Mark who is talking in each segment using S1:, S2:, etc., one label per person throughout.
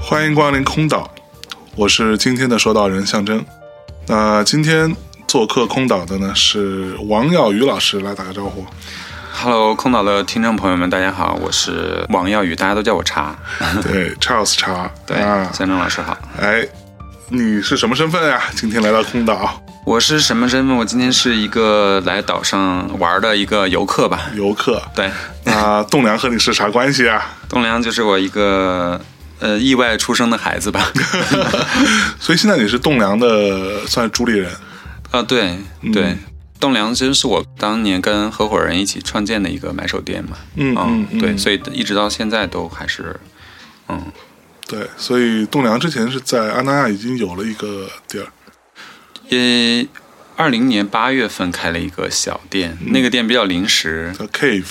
S1: 欢迎光临空岛，我是今天的说道人象征。那今天做客空岛的呢是王耀宇老师，来打个招 呼。
S2: Hello，空岛的听众朋友们，大家好，我是王耀宇，大家都叫我茶。
S1: 对，Charles 茶。
S2: 对，
S1: 啊，
S2: 三正老师好。
S1: 哎，你是什么身份啊？今天来到空岛，
S2: 我是什么身份？我今天是一个来岛上玩的一个游客吧。
S1: 游客。
S2: 对，
S1: 那栋梁和你是啥关系啊？
S2: 栋梁就是我一个呃意外出生的孩子吧。
S1: 所以现在你是栋梁的算是主理人。
S2: 啊，对
S1: 嗯
S2: 对，栋梁其实是我当年跟合伙人一起创建的一个买手店嘛。
S1: 嗯嗯
S2: 哦对，
S1: 嗯
S2: 所以一直到现在都还是嗯。
S1: 对，所以栋梁之前是在阿那亚已经有了一个地儿。
S2: 呃，二零年八月份开了一个小店，
S1: 嗯
S2: 那个店比较临时，
S1: 叫 Cave，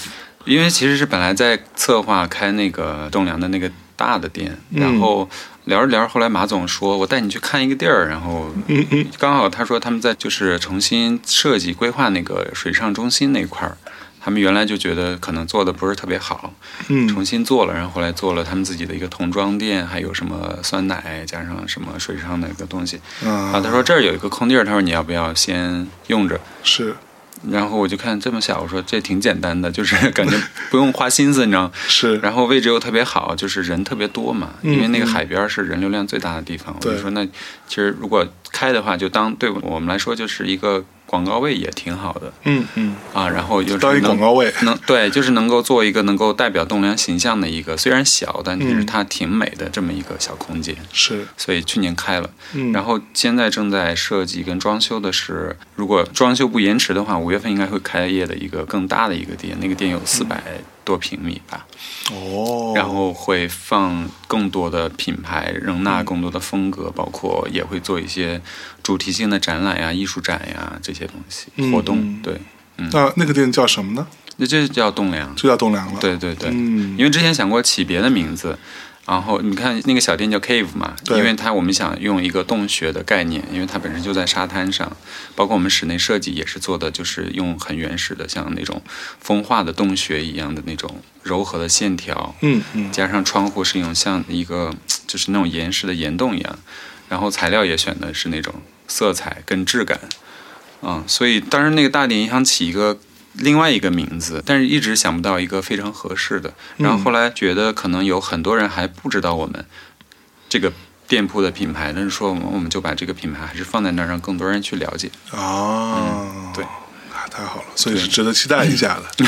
S2: 因为其实是本来在策划开那个栋梁的那个大的店，
S1: 嗯
S2: 然后聊着聊着，后来马总说我带你去看一个地儿，然后
S1: 嗯嗯，
S2: 刚好他说他们在就是重新设计规划那个水上中心那块儿。他们原来就觉得可能做的不是特别好，重
S1: 嗯
S2: 新做了，然后后来做了他们自己的一个童装店，还有什么酸奶，加上什么水上的一个东西。啊，
S1: 啊
S2: 他说这儿有一个空地儿，他说你要不要先用着？
S1: 是
S2: 然后我就看这么小，我说这挺简单的，就是感觉不用花心思，你知道吗？
S1: 是，
S2: 然后位置又特别好，就是人特别多嘛，
S1: 嗯
S2: 因为那个海边儿是人流量最大的地方。我
S1: 对
S2: 就说那其实如果开的话，就当对我们来说就是一个广告位也挺好的
S1: 嗯嗯，
S2: 啊。然后就是
S1: 当一广
S2: 能
S1: 告位，
S2: 能对，就是能够做一个能够代表栋梁形象的一个，虽然小，但是
S1: 嗯
S2: 它挺美的这么一个小空间。
S1: 是，
S2: 所以去年开了。
S1: 嗯，
S2: 然后现在正在设计跟装修的是，如果装修不延迟的话，五月份应该会开业的一个更大的一个店，那个店有四百多平米吧，
S1: 哦，
S2: 然后会放更多的品牌，
S1: 嗯
S2: 容纳更多的风格，包括也会做一些主题性的展览呀、艺术展呀这些东西
S1: 嗯
S2: 活动
S1: 嗯。
S2: 对，
S1: 那那个店叫什么呢？
S2: 那这就叫栋梁。
S1: 就叫栋梁了。，
S2: 对对对，
S1: 嗯，
S2: 因为之前想过起别的名字，然后你看那个小店叫 Cave 嘛，
S1: 对
S2: 因为它我们想用一个洞穴的概念，因为它本身就在沙滩上，包括我们室内设计也是做的，就是用很原始的，像那种风化的洞穴一样的那种柔和的线条，
S1: 嗯嗯，
S2: 加上窗户是用像一个就是那种岩石的岩洞一样，然后材料也选的是那种色彩跟质感，嗯，所以当时那个大点也想起一个另外一个名字，但是一直想不到一个非常合适的。然后后来觉得可能有很多人还不知道我们这个店铺的品牌，但是说我们我们就把这个品牌还是放在那儿，让更多人去了解。
S1: 啊，
S2: 嗯对
S1: 啊，太好了，所以是值得期待一下的。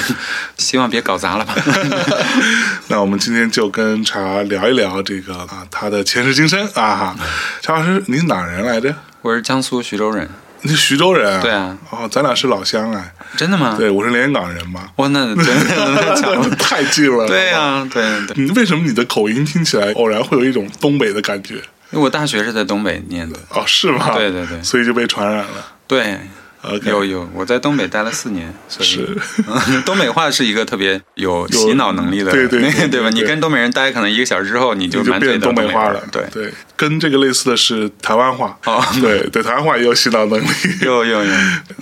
S2: 希望别搞砸了吧。
S1: 那我们今天就跟茶聊一聊这个啊，他的前世今生啊。哈，
S2: 嗯
S1: 茶老师，你哪人来着？
S2: 我是江苏徐州人，
S1: 你是徐州人啊？
S2: 对啊，嗯
S1: 哦，咱俩是老乡哎。
S2: 真的吗？
S1: 对，我是连云港人 嘛，
S2: 哇，那真的那巧了。
S1: 太近了。
S2: 对啊呀、对对，
S1: 你为什么你的口音听起来偶然会有一种东北的感觉？
S2: 因为我大学是在东北念的，
S1: 哦，是吗？
S2: 对对对
S1: 所以就被传染了。
S2: 对，
S1: OK，
S2: 有有，我在东北待了四年，所以
S1: 是
S2: 东北话是一个特别有洗脑能力的，
S1: 对对对对
S2: 对吧？
S1: 对
S2: 你跟东北人待可能一个小时之后，你就
S1: 你就
S2: 满嘴
S1: 变
S2: 的
S1: 东北
S2: 北
S1: 话
S2: 话
S1: 了。
S2: 对，
S1: 对，跟这个类似的是台湾话。
S2: 哦
S1: 对对，台湾话也有洗脑能力。
S2: 有有有，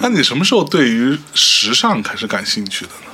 S1: 那你什么时候对于时尚开始感兴趣的呢？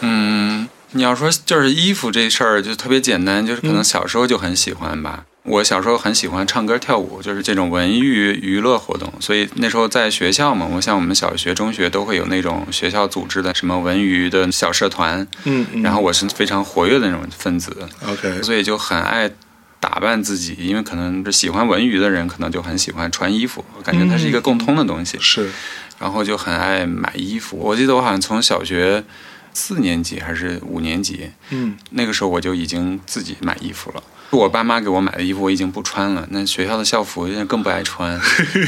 S2: 嗯，你要说就是衣服这事儿就特别简单，就是可
S1: 嗯
S2: 能小时候就很喜欢吧。我小时候很喜欢唱歌跳舞，就是这种文娱娱乐活动，所以那时候在学校嘛，我像我们小学、中学都会有那种学校组织的什么文娱的小社团，
S1: 嗯，嗯
S2: 然后我是非常活跃的那种分子，
S1: OK，
S2: 所以就很爱打扮自己，因为可能是喜欢文娱的人，可能就很喜欢穿衣服，我感觉它是一个共通的东西，
S1: 是
S2: 然后就很爱买衣服。我记得我好像从小学四年级还是五年级，
S1: 嗯
S2: 那个时候我就已经自己买衣服了。我爸妈给我买的衣服我已经不穿了，那学校的校服现在更不爱穿，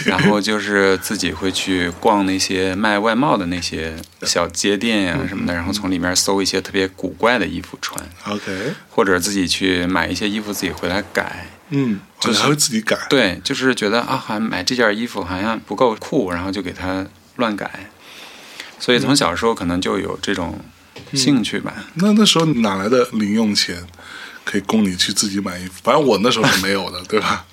S2: 然后就是自己会去逛那些卖外贸的那些小街店呀、什么的，然后从里面搜一些特别古怪的衣服穿，
S1: ，OK，
S2: 或者自己去买一些衣服自己回来改。
S1: 嗯，
S2: 就是
S1: 还会自己改，
S2: 对，就是觉得啊，好像买这件衣服好像不够酷，然后就给它乱改。所以从小时候可能就有这种兴趣吧。
S1: 那那时候你哪来的零用钱可以供你去自己买衣服？反正我那时候是没有的， 对吧？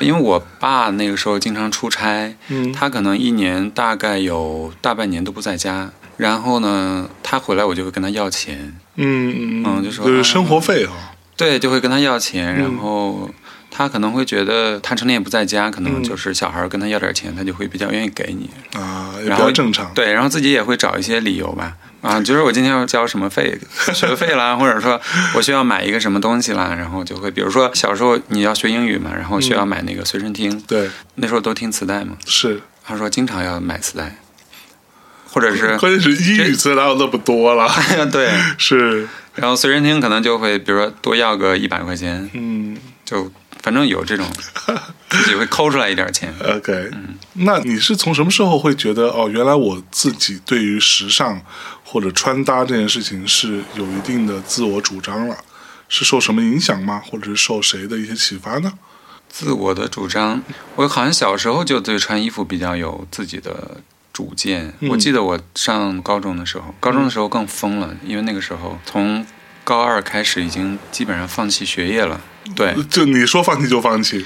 S2: 因为我爸那个时候经常出差，
S1: 嗯
S2: 他可能一年大概有大半年都不在家。然后呢，他回来我就会跟他要钱，
S1: 嗯
S2: 嗯
S1: 就
S2: 就说
S1: 是生活费哦哈，
S2: 对，就会跟他要钱。
S1: 嗯
S2: 然后他可能会觉得他成天也不在家，可能
S1: 嗯
S2: 就是小孩儿跟他要点钱，他就会比较愿意给你。
S1: 啊，也比
S2: 然
S1: 较
S2: 后
S1: 正常。
S2: 对，然后自己也会找一些理由吧。啊，就是我今天要交什么费，学费啦，或者说我需要买一个什么东西啦，然后就会，比如说小时候你要学英语嘛，然后需
S1: 嗯
S2: 要买那个随身听，
S1: 对，
S2: 那时候都听磁带嘛，
S1: 是，
S2: 他说经常要买磁带，或者是
S1: 关键是英语资料那么多了，
S2: 对，
S1: 是，
S2: 然后随身听可能就会，比如说多要个一百块钱，
S1: 嗯
S2: 就反正有这种自己会抠出来一点钱。
S1: ，OK，那你是从什么时候会觉得哦，原来我自己对于时尚或者穿搭这件事情是有一定的自我主张了？是受什么影响吗？或者是受谁的一些启发呢？
S2: 自我的主张，我好像小时候就对穿衣服比较有自己的主见。
S1: 嗯
S2: 我记得我上高中的时候，高中的时候更疯了，因为那个时候从高二开始已经基本上放弃学业了。对，
S1: 就你说放弃就放弃，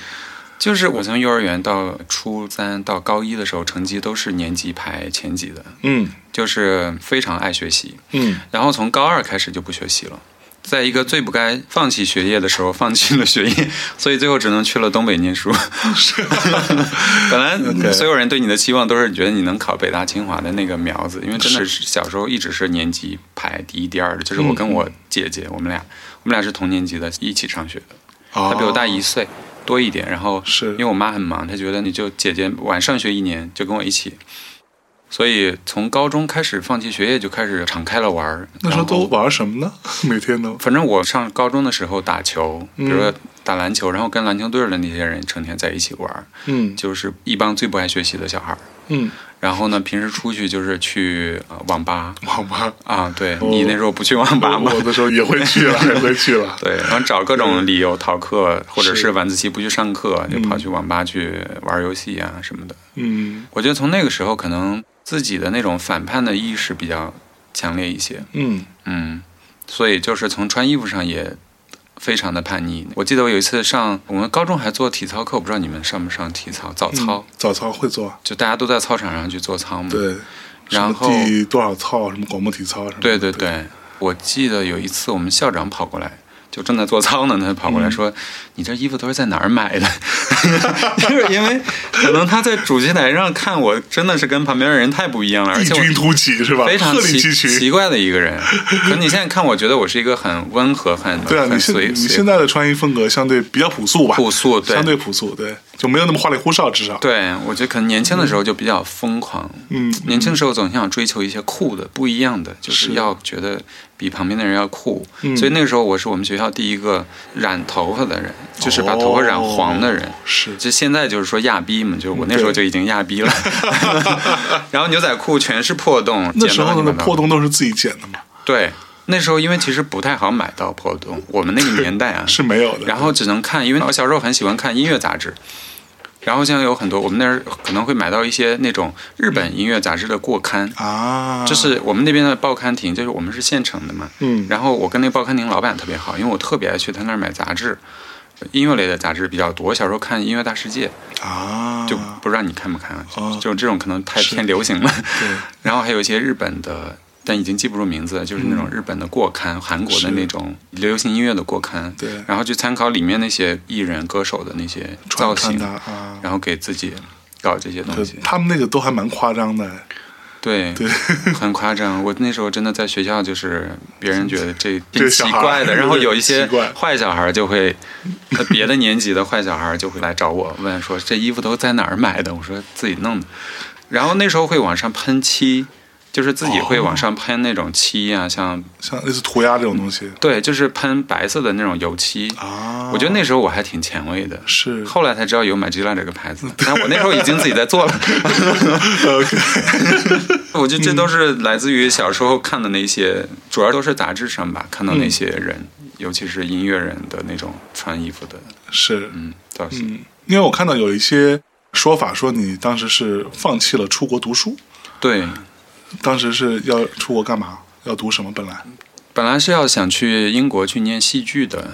S2: 就是我从幼儿园到初三到高一的时候，成绩都是年级排前几的，
S1: 嗯
S2: 就是非常爱学习。
S1: 嗯，
S2: 然后从高二开始就不学习了，在一个最不该放弃学业的时候放弃了学业，所以最后只能去了东北念书。 本来
S1: OK
S2: 所有人对你的期望都是觉得你能考北大清华的那个苗子，因为真的是小时候一直是年级排第一、第二的，就是我跟我姐姐，我们俩我们俩是同年级的，一起上学的，
S1: 他
S2: 她比我大一岁。多一点，然后
S1: 是
S2: 因为我妈很忙，她觉得你就姐姐晚上学一年，就跟我一起，所以从高中开始放弃学业，就开始敞开了玩儿。
S1: 那时候
S2: 然后
S1: 都玩什么呢？每天都
S2: 反正我上高中的时候打球，比
S1: 嗯
S2: 如说打篮球，然后跟篮球队的那些人成天在一起玩儿，
S1: 嗯
S2: 就是一帮最不爱学习的小孩儿。
S1: 嗯，
S2: 然后呢，平时出去就是去、呃网吧
S1: 好吧，
S2: 啊，对、
S1: 哦
S2: 你那时候不去网吧吗
S1: 我？那时候也会去 了，也会去啊了。
S2: 对，然后找各种理由逃课，或者
S1: 是
S2: 是晚自习不去上课，就跑去网吧去玩游戏啊什么的。
S1: 嗯
S2: 我觉得从那个时候，可能自己的那种反叛的意识比较强烈一些。
S1: 嗯
S2: 嗯，所以就是从穿衣服上也非常的叛逆。我记得我有一次上我们高中还做体操课，我不知道你们上不上体操早操，
S1: 嗯，早操会做，
S2: 就大家都在操场上去做操嘛。
S1: 对，
S2: 然后
S1: 什么第多少操，什么广播体操什么的，
S2: 对对对，我记得有一次我们校长跑过来。就正在做操呢，他跑过
S1: 嗯
S2: 来说：“你这衣服都是在哪儿买的？” 就是因为可能他在主席台上看我，真的是跟旁边的人太不一样了，而
S1: 异
S2: 且我
S1: 军突起是吧？
S2: 非常
S1: 啊鹤立鸡
S2: 奇
S1: 群。
S2: 奇怪的一个人。可能你现在看，我觉得我是一个很温和、很
S1: 对啊，你
S2: 很
S1: 现
S2: 随
S1: 你
S2: 随
S1: 现在的穿衣风格相对比较朴素吧？
S2: 朴素，对
S1: 相对朴素，对，就没有那么花里胡哨，至少。
S2: 对，我觉得可能年轻的时候就比较疯狂，
S1: 嗯，
S2: 年轻的时候总想追求一些酷的、不一样的，就是
S1: 是
S2: 要觉得比旁边的人要酷。
S1: 嗯
S2: 所以那个时候我是我们学校第一个染头发的人，就是把头发染黄的人。
S1: 哦是
S2: 就现在就是说亚逼嘛，就是我那时候就已经 亚逼了， 然后牛仔裤全是破洞，
S1: 那时候
S2: 剪刀
S1: 的
S2: 乱七八糟
S1: 破洞都是自己剪的嘛，
S2: 对，那时候因为其实不太好买到破洞，我们那个年代啊
S1: 是没有的。
S2: 然后只能看，因为我小时候很喜欢看音乐杂志，然后现在有很多，我们那儿可能会买到一些那种日本音乐杂志的过刊，
S1: 啊，
S2: 就是我们那边的报刊亭，就是我们是县城的嘛。
S1: 嗯
S2: 然后我跟那个报刊亭老板特别好，因为我特别爱去他那儿买杂志，音乐类的杂志比较多。我小时候看《音乐大世界》，
S1: 啊，
S2: 就不知道你看不看啊？
S1: 哦
S2: 就这种可能太
S1: 是
S2: 偏流行了。
S1: 对，
S2: 然后还有一些日本的，但已经记不住名字了，就是那种日本的过刊，韩国
S1: 是
S2: 的那种流行音乐的过刊，
S1: 对
S2: 然后去参考里面那些艺人歌手的那些造
S1: 穿穿
S2: 型
S1: 搭，啊，
S2: 然后给自己搞这些东
S1: 对
S2: 西，
S1: 他们那个都还蛮夸张的，
S2: 对，
S1: 对，
S2: 很夸张。我那时候真的在学校，就是别人觉得 这
S1: 这
S2: 挺
S1: 小
S2: 奇
S1: 孩儿
S2: 怪的，然后 有一些
S1: 奇怪
S2: 坏小孩就会，呃别的年级的坏小孩就会来找我问说这衣服都在哪儿买的？我说自己弄的。然后那时候会往上喷漆，就是自己
S1: 哦
S2: 会往上喷那种漆啊，像
S1: 像类似涂鸦这种东西
S2: 对，就是喷白色的那种油漆。
S1: 啊。
S2: 我觉得那时候我还挺前卫的，
S1: 是
S2: 后来才知道有 Magilla 这个牌子，但我那时候已经自己在做了。 我觉得这都是来自于小时候看的那些，主要都是杂志上吧，看到那些人，尤其是音乐人的那种穿衣服的，
S1: 是，
S2: 嗯，造型。
S1: 嗯，因为我看到有一些说法说你当时是放弃了出国读书，
S2: 对，
S1: 当时是要出国干嘛？要读什么？本来
S2: 本来是要想去英国去念戏剧的，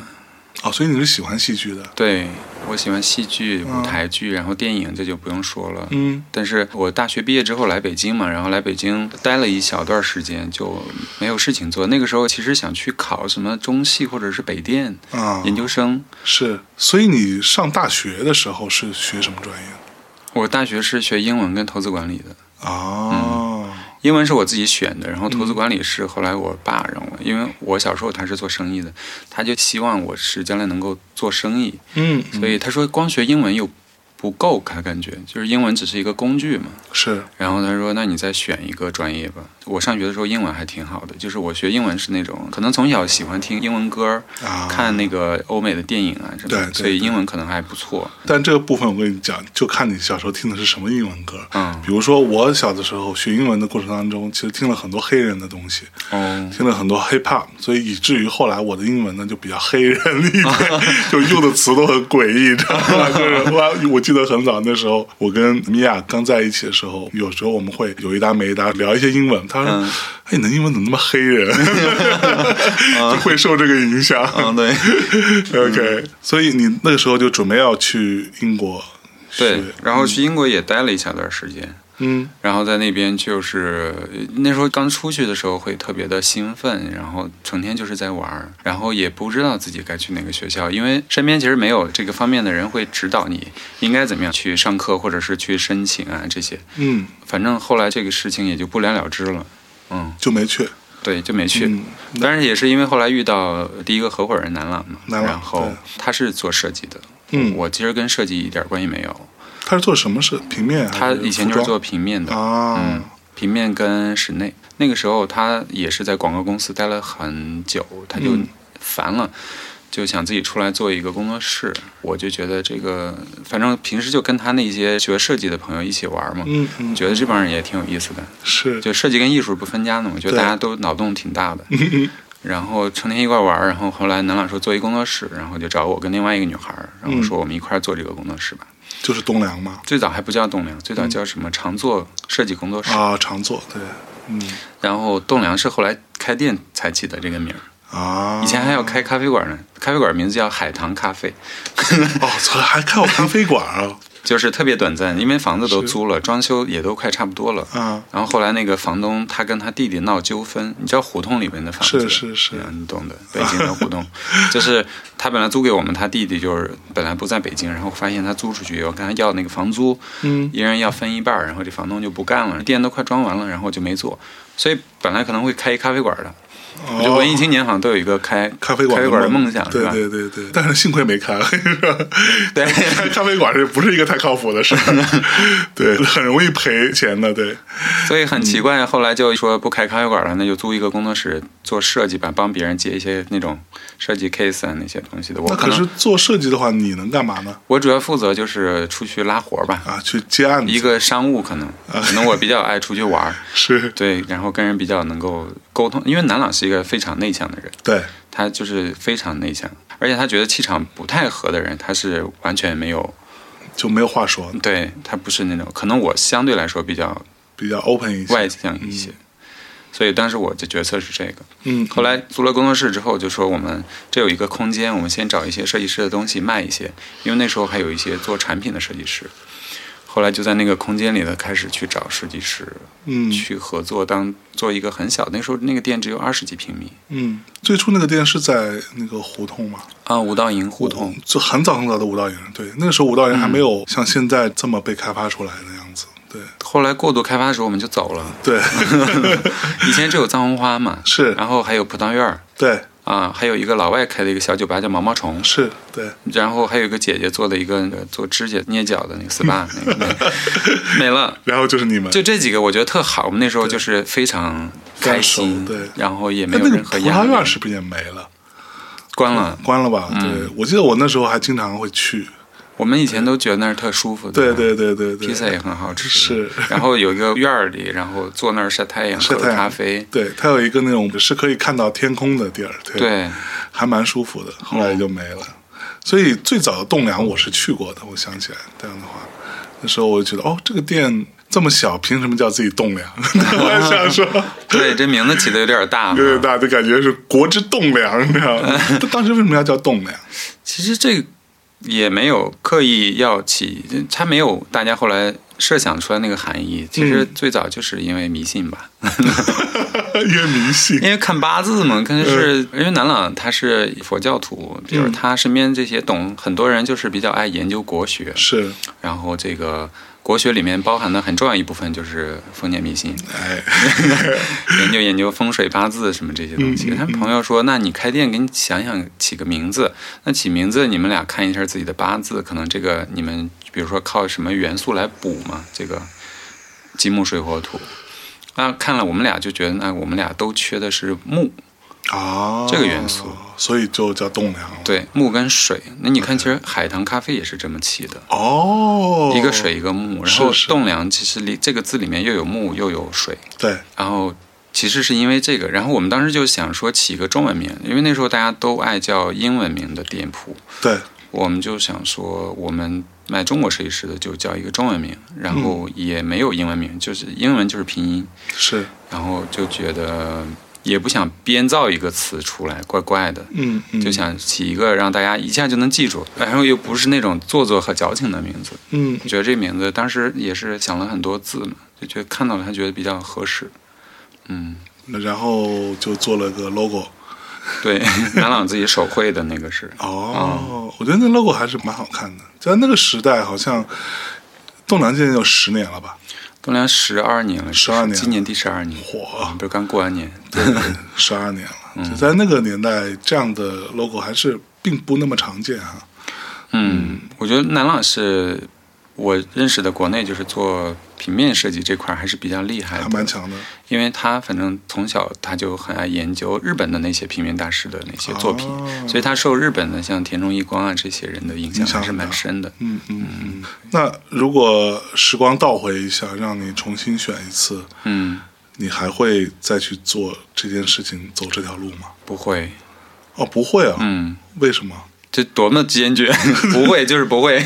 S1: 哦，所以你是喜欢戏剧的，
S2: 对我喜欢戏剧、
S1: 嗯
S2: 舞台剧，然后电影这就不用说了。
S1: 嗯，
S2: 但是我大学毕业之后来北京嘛，然后来北京待了一小段时间，就没有事情做。那个时候其实想去考什么中戏或者是北电
S1: 啊，
S2: 研究生。
S1: 是，所以你上大学的时候是学什么专业的？
S2: 我大学是学英文跟投资管理的，
S1: 哦，
S2: 英文是我自己选的，然后
S1: 嗯
S2: 投资管理是后来我爸让我，因为我小时候他是做生意的，他就希望我是将来能够做生意，
S1: 嗯，
S2: 所以他说光学英文又不够，他感觉就是英文只是一个工具嘛。
S1: 是
S2: 然后他说：“那你再选一个专业吧。”我上学的时候英文还挺好的，就是我学英文是那种可能从小喜欢听英文歌，
S1: 啊，
S2: 看那个欧美的电影啊什么
S1: 对
S2: 的，
S1: 对
S2: 所以英文可能还不错。
S1: 但这个部分我跟你讲，就看你小时候听的是什么英文歌。
S2: 嗯，
S1: 比如说，我小的时候学英文的过程当中，其实听了很多黑人的东西，
S2: 哦，
S1: 听了很多 hip hop，所以以至于后来我的英文呢就比较黑人一点， 就用的词都很诡异，你知道 吗？就是我我记得很早那时候，我跟米娅刚在一起的时候，有时候我们会有一搭没一搭聊一些英文，她说：“
S2: 嗯
S1: 哎，你的英文怎么那么黑人？” 就会受这个影响。
S2: 嗯，对嗯
S1: OK，所以你那个时候就准备要去英国学
S2: 对。然后去英国也待了一小段时间，
S1: 嗯
S2: 然后在那边就是呃那时候刚出去的时候会特别的兴奋，然后成天就是在玩儿，然后也不知道自己该去哪个学校，因为身边其实没有这个方面的人会指导你应该怎么样去上课或者是去申请啊这些。
S1: 嗯，
S2: 反正后来这个事情也就不了了之了。嗯，
S1: 就没去。
S2: 对，就没去。
S1: 嗯
S2: 但是也是因为后来遇到第一个合伙人南朗嘛，
S1: 南朗
S2: 然后
S1: 对
S2: 他是做设计的，
S1: 嗯，
S2: 我其实跟设计一点关系没有。
S1: 他是做什么事？平面还
S2: 他以前就是
S1: 服
S2: 做平面的，
S1: 装啊。
S2: 嗯，平面跟室内。那个时候他也是在广告公司待了很久，他就
S1: 嗯
S2: 烦了，就想自己出来做一个工作室。我就觉得这个，反正平时就跟他那些学设计的朋友一起玩嘛，
S1: 嗯嗯，
S2: 觉得这帮人也挺有意思的。
S1: 是
S2: 就设计跟艺术不分家的嘛，我觉得
S1: 对
S2: 大家都脑洞挺大的。然后成天一块玩儿，然后后来南老师做一工作室，然后就找我跟另外一个女孩儿，然
S1: 嗯
S2: 后说我们一块儿做这个工作室吧。
S1: 就是东梁嘛，
S2: 最早还不叫栋梁，最
S1: 嗯
S2: 早叫什么常做设计工作室。
S1: 啊，常做对，嗯
S2: 然后栋梁是后来开店才起的这个名儿，
S1: 啊，
S2: 以前还要开咖啡馆呢，咖啡馆名字叫海棠咖啡，
S1: 哦，操，还开过咖啡馆啊
S2: 就是特别短暂，因为房子都
S1: 是
S2: 租了，装修也都快差不多了。
S1: 啊，
S2: 然后后来那个房东他跟他弟弟闹纠纷，你知道胡同里面的房子
S1: 是是是
S2: 嗯你懂的，北京的胡同， 就是他本来租给我们，他弟弟就是本来不在北京，然后发现他租出去以后跟他要那个房租，
S1: 嗯
S2: 一人要分一半儿，然后这房东就不干了，店都快装完了，然后就没做，所以本来可能会开一咖啡馆的， 我觉得
S1: 哦
S2: 文艺青年好像都有一个开
S1: 咖啡馆
S2: 咖啡馆的梦想，是
S1: 对
S2: 吧？
S1: 对对对，但是幸亏没开，是吧
S2: 对
S1: 开 咖啡馆这不是一个太靠谱的事， 对，很容易赔钱的，对，
S2: 所以很奇
S1: 嗯
S2: 怪，后来就说不开咖啡馆了，那就租一个工作室做设计吧，帮别人接一些那种设计 case 啊那些东西的。我
S1: 那
S2: 可
S1: 可
S2: 能
S1: 是做设计的话，你能干嘛呢？
S2: 我主要负责就是出去拉活儿吧，
S1: 啊，去接案子，
S2: 一个商务可能可能我比较爱出去玩儿，
S1: 是
S2: 对，然后跟人比较能够沟通，因为南朗是一个非常内向的人，
S1: 对，
S2: 他就是非常内向，而且他觉得气场不太合的人，他是完全没有，
S1: 就没有话说，
S2: 对他不是那种，可能我相对来说比较
S1: 比较 open 一些，
S2: 外向一些。嗯所以当时我的决策是这个。
S1: 嗯，
S2: 后来租了工作室之后，就说我们这有一个空间，我们先找一些设计师的东西卖一些，因为那时候还有一些做产品的设计师。后来就在那个空间里头开始去找设计师
S1: 嗯
S2: 去合作，当做一个很小，那时候那个店只有二十几平米
S1: 嗯，最初那个店是在那个胡同嘛，
S2: 啊，五道营胡同。
S1: 嗯就很早很早的五道营，对，那个时候五道营还没
S2: 嗯
S1: 有像现在这么被开发出来的样子，对
S2: 后来过度开发的时候我们 就走了，
S1: 对
S2: 以前只有藏红花嘛，
S1: 是
S2: 然后还有葡萄院儿，
S1: 对，
S2: 啊，还有一个老外开的一个小酒吧叫毛毛虫，
S1: 是对，
S2: 然后还有一个姐姐做了一个那个做指甲捏脚的那个 SPA，那个没没了。
S1: 然后就是你们，
S2: 就这几个我觉得特好，我们那时候就是非常开
S1: 非常
S2: 心，
S1: 熟对
S2: 然后也没
S1: 哎
S2: 有
S1: 那个
S2: 任何
S1: 葡
S2: 压
S1: 萄
S2: 力，
S1: 院是不是也没了？
S2: 关了。
S1: 关了
S2: 嗯
S1: 吧？对，我记得我那时候还经常会去。
S2: 我们以前都觉得那儿特舒服的，
S1: 对对对对对，
S2: 嗯披萨也很好吃，
S1: 是。
S2: 然后有一个院儿里，然后坐那儿晒太阳，
S1: 晒
S2: 喝
S1: 太阳
S2: 咖啡，
S1: 对，它有一个那种是可以看到天空的地儿，对，
S2: 对，
S1: 还蛮舒服的。后
S2: 哦
S1: 来也就没了。所以最早的栋梁我是去过的，我想起来这样的话，那时候我就觉得哦，这个店这么小，凭什么叫自己栋梁？ 我也想说。
S2: 对，这名字起的有点大嘛。
S1: 有点大的感觉是国之栋梁，你知道 吗？他当时为什么要叫栋梁？
S2: 其实这个也没有刻意要起，它没有大家后来设想出来那个含义。其实
S1: 嗯
S2: 最早就是因为迷信吧，
S1: 因为迷信。
S2: 因为看八字嘛，可能是因为南朗他是佛教徒，比如他身边这些懂很多人就是比较爱研究国学，
S1: 是，
S2: 然后这个国学里面包含的很重要一部分就是封建迷信。
S1: 哎，
S2: 研究研究风水八字什么这些东西。他们朋友说，那你开店给你想想起个名字，那起名字你们俩看一下自己的八字，可能这个你们比如说靠什么元素来补嘛？这个金木水火土。那看了我们俩就觉得，那我们俩都缺的是木，
S1: 啊，
S2: 哦这个元素，哦
S1: 所以就叫栋梁了。
S2: 对，木跟水。那你看，其实海棠咖啡也是这么起的，
S1: 哦，
S2: 一个，水一个木，然
S1: 是
S2: 后
S1: 是
S2: 栋梁其实里这个字里面又有木又有水，
S1: 对，
S2: 然后其实是因为这个，然后我们当时就想说起一个中文名，因为那时候大家都爱叫英文名的店铺，
S1: 对，
S2: 我们就想说我们卖中国设计师的就叫一个中文名，然后
S1: 嗯
S2: 也没有英文名，就是英文就是拼音，
S1: 是，
S2: 然后就觉得也不想编造一个词出来，怪怪的。
S1: 嗯，嗯
S2: 就，想起一个让大家一下就能记住，然后又不是那种做作和矫情的名字，
S1: 嗯，
S2: 觉得这名字当时也是想了很多字嘛，就觉得看到了他觉得比较合适，嗯。
S1: 然后就做了个 logo。
S2: 对， 南朗自己手绘的那个是，
S1: 哦，
S2: 嗯
S1: 我觉得那 logo 还是蛮好看的，在那个时代好像。栋梁现在有十年了吧？
S2: 东梁十二年了，
S1: 12年了
S2: 今年第十二年，
S1: 嚯，
S2: 不是刚过完年，
S1: 十二年
S2: 嗯
S1: 了！就在那个年代，这样的 logo 还是并不那么常见啊。
S2: 嗯，我觉得南朗是我认识的国内就是做平面设计这块儿还是比较厉害
S1: 还
S2: 的，
S1: 蛮强的。
S2: 因为他反正从小他就很爱研究日本的那些平面大师的那些作品，
S1: 哦
S2: 所以他受日本的像田中义光啊这些人的影
S1: 影
S2: 响
S1: 响
S2: 还是
S1: 很大
S2: 蛮深的。
S1: 嗯嗯嗯。那如果时光倒回一下，让你重新选一次，
S2: 嗯，
S1: 你还会再去做这件事情，走这条路吗？
S2: 不会，
S1: 哦，不会啊，
S2: 嗯，
S1: 为什么？
S2: 这多么 坚决，不会就是不会，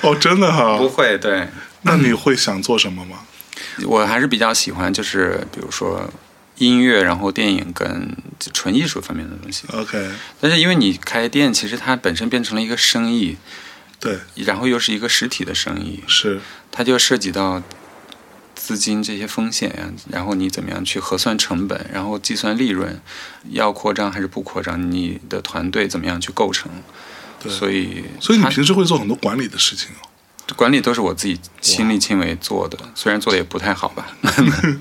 S1: 哦，真的哈、
S2: 不会，对。
S1: 那你会想做什么吗？
S2: 我还是比较喜欢，就是比如说音乐，然后电影跟纯艺术方面的东西。
S1: OK，
S2: 但是因为你开店，其实它本身变成了一个生意，
S1: 对，
S2: 然后又是一个实体的生意，
S1: 是，
S2: 它就涉及到资金这些风险呀、然后你怎么样去核算成本，然后计算利润，要扩张还是不扩张，你的团队怎么样去构成。
S1: 对
S2: 所以，
S1: 所以你
S2: 它
S1: 平时会做很多管理的事情哦。
S2: 管理都是我自己亲力亲为做的，虽然做的也不太好吧。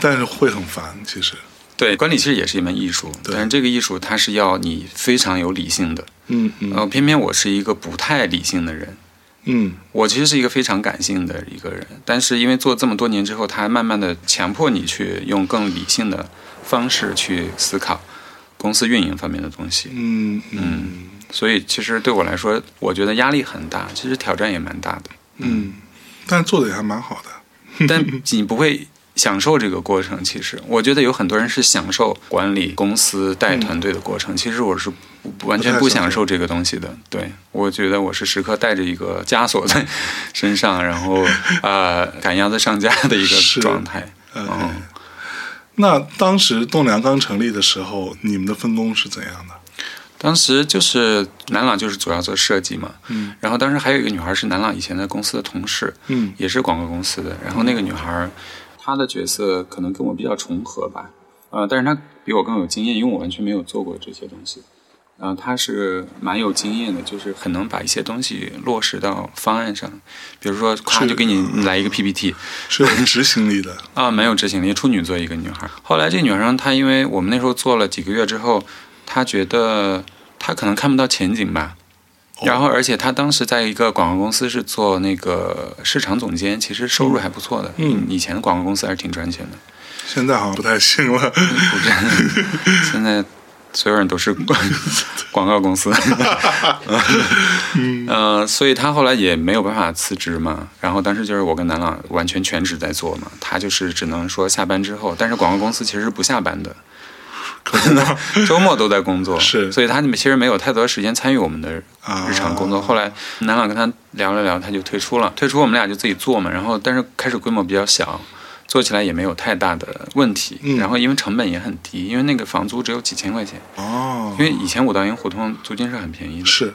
S1: 但是会很烦，其实，
S2: 对，管理其实也是一门艺术，
S1: 对
S2: 但是这个艺术它是要你非常有理性的。
S1: 嗯嗯
S2: 然后偏偏我是一个不太理性的人，
S1: 嗯，
S2: 我其实是一个非常感性的一个人，但是因为做这么多年之后，它慢慢的强迫你去用更理性的方式去思考公司运营方面的东西，
S1: 嗯嗯
S2: 所以其实对我来说，我觉得压力很大，其实挑战也蛮大的。
S1: 嗯，但是做的也还蛮好的。
S2: 但你不会享受这个过程。其实，我觉得有很多人是享受管理公司、带团队的过程。其实我是不不完全不享受这个东西的。对，我觉得我是时刻带着一个枷锁在身上，然后呃赶鸭子上架的一
S1: 是
S2: 个状态。
S1: OK，、
S2: 嗯，
S1: 呃哎那当时栋梁刚成立的时候，你们的分工是怎样的？
S2: 当时就是南朗就是主要做设计嘛，
S1: 嗯
S2: 然后当时还有一个女孩是南朗以前在公司的同事，
S1: 嗯
S2: 也是广告公司的。然后那个女孩儿，她的角色可能跟我比较重合吧，呃，但是她比我更有经验，因为我完全没有做过这些东西。然后她是蛮有经验的，就是很能把一些东西落实到方案上，比如说，
S1: 是
S2: 咔就给你来一个 PPT，
S1: 是有执行力的。
S2: 啊，没有执行力，处女座一个女孩。后来这女孩儿她因为我们那时候做了几个月之后，他觉得他可能看不到前景吧。
S1: 哦
S2: 然后，而且他当时在一个广告公司是做那个市场总监，其实收入还不错的。
S1: 嗯，
S2: 以前的广告公司还是挺赚钱的。
S1: 现在好像不太行 了。
S2: 我觉得 现在所有人都是广广告公司。 呃，所以他后来也没有办法辞职嘛。然后当时就是我跟南朗完全全职在做嘛，他就是只能说下班之后，但是广告公司其实是不下班的，周末都在工作，
S1: 是
S2: 所以他其实没有太多时间参与我们的日常工作。
S1: 啊
S2: 后来南朗跟他聊了聊，他就退出了。退出我们俩就自己做嘛，然后但是开始规模比较小，做起来也没有太大的问题。
S1: 嗯
S2: 然后因为成本也很低，因为那个房租只有几千块钱，
S1: 哦
S2: 因，为以前五道营胡同租金是很便宜的。
S1: 是，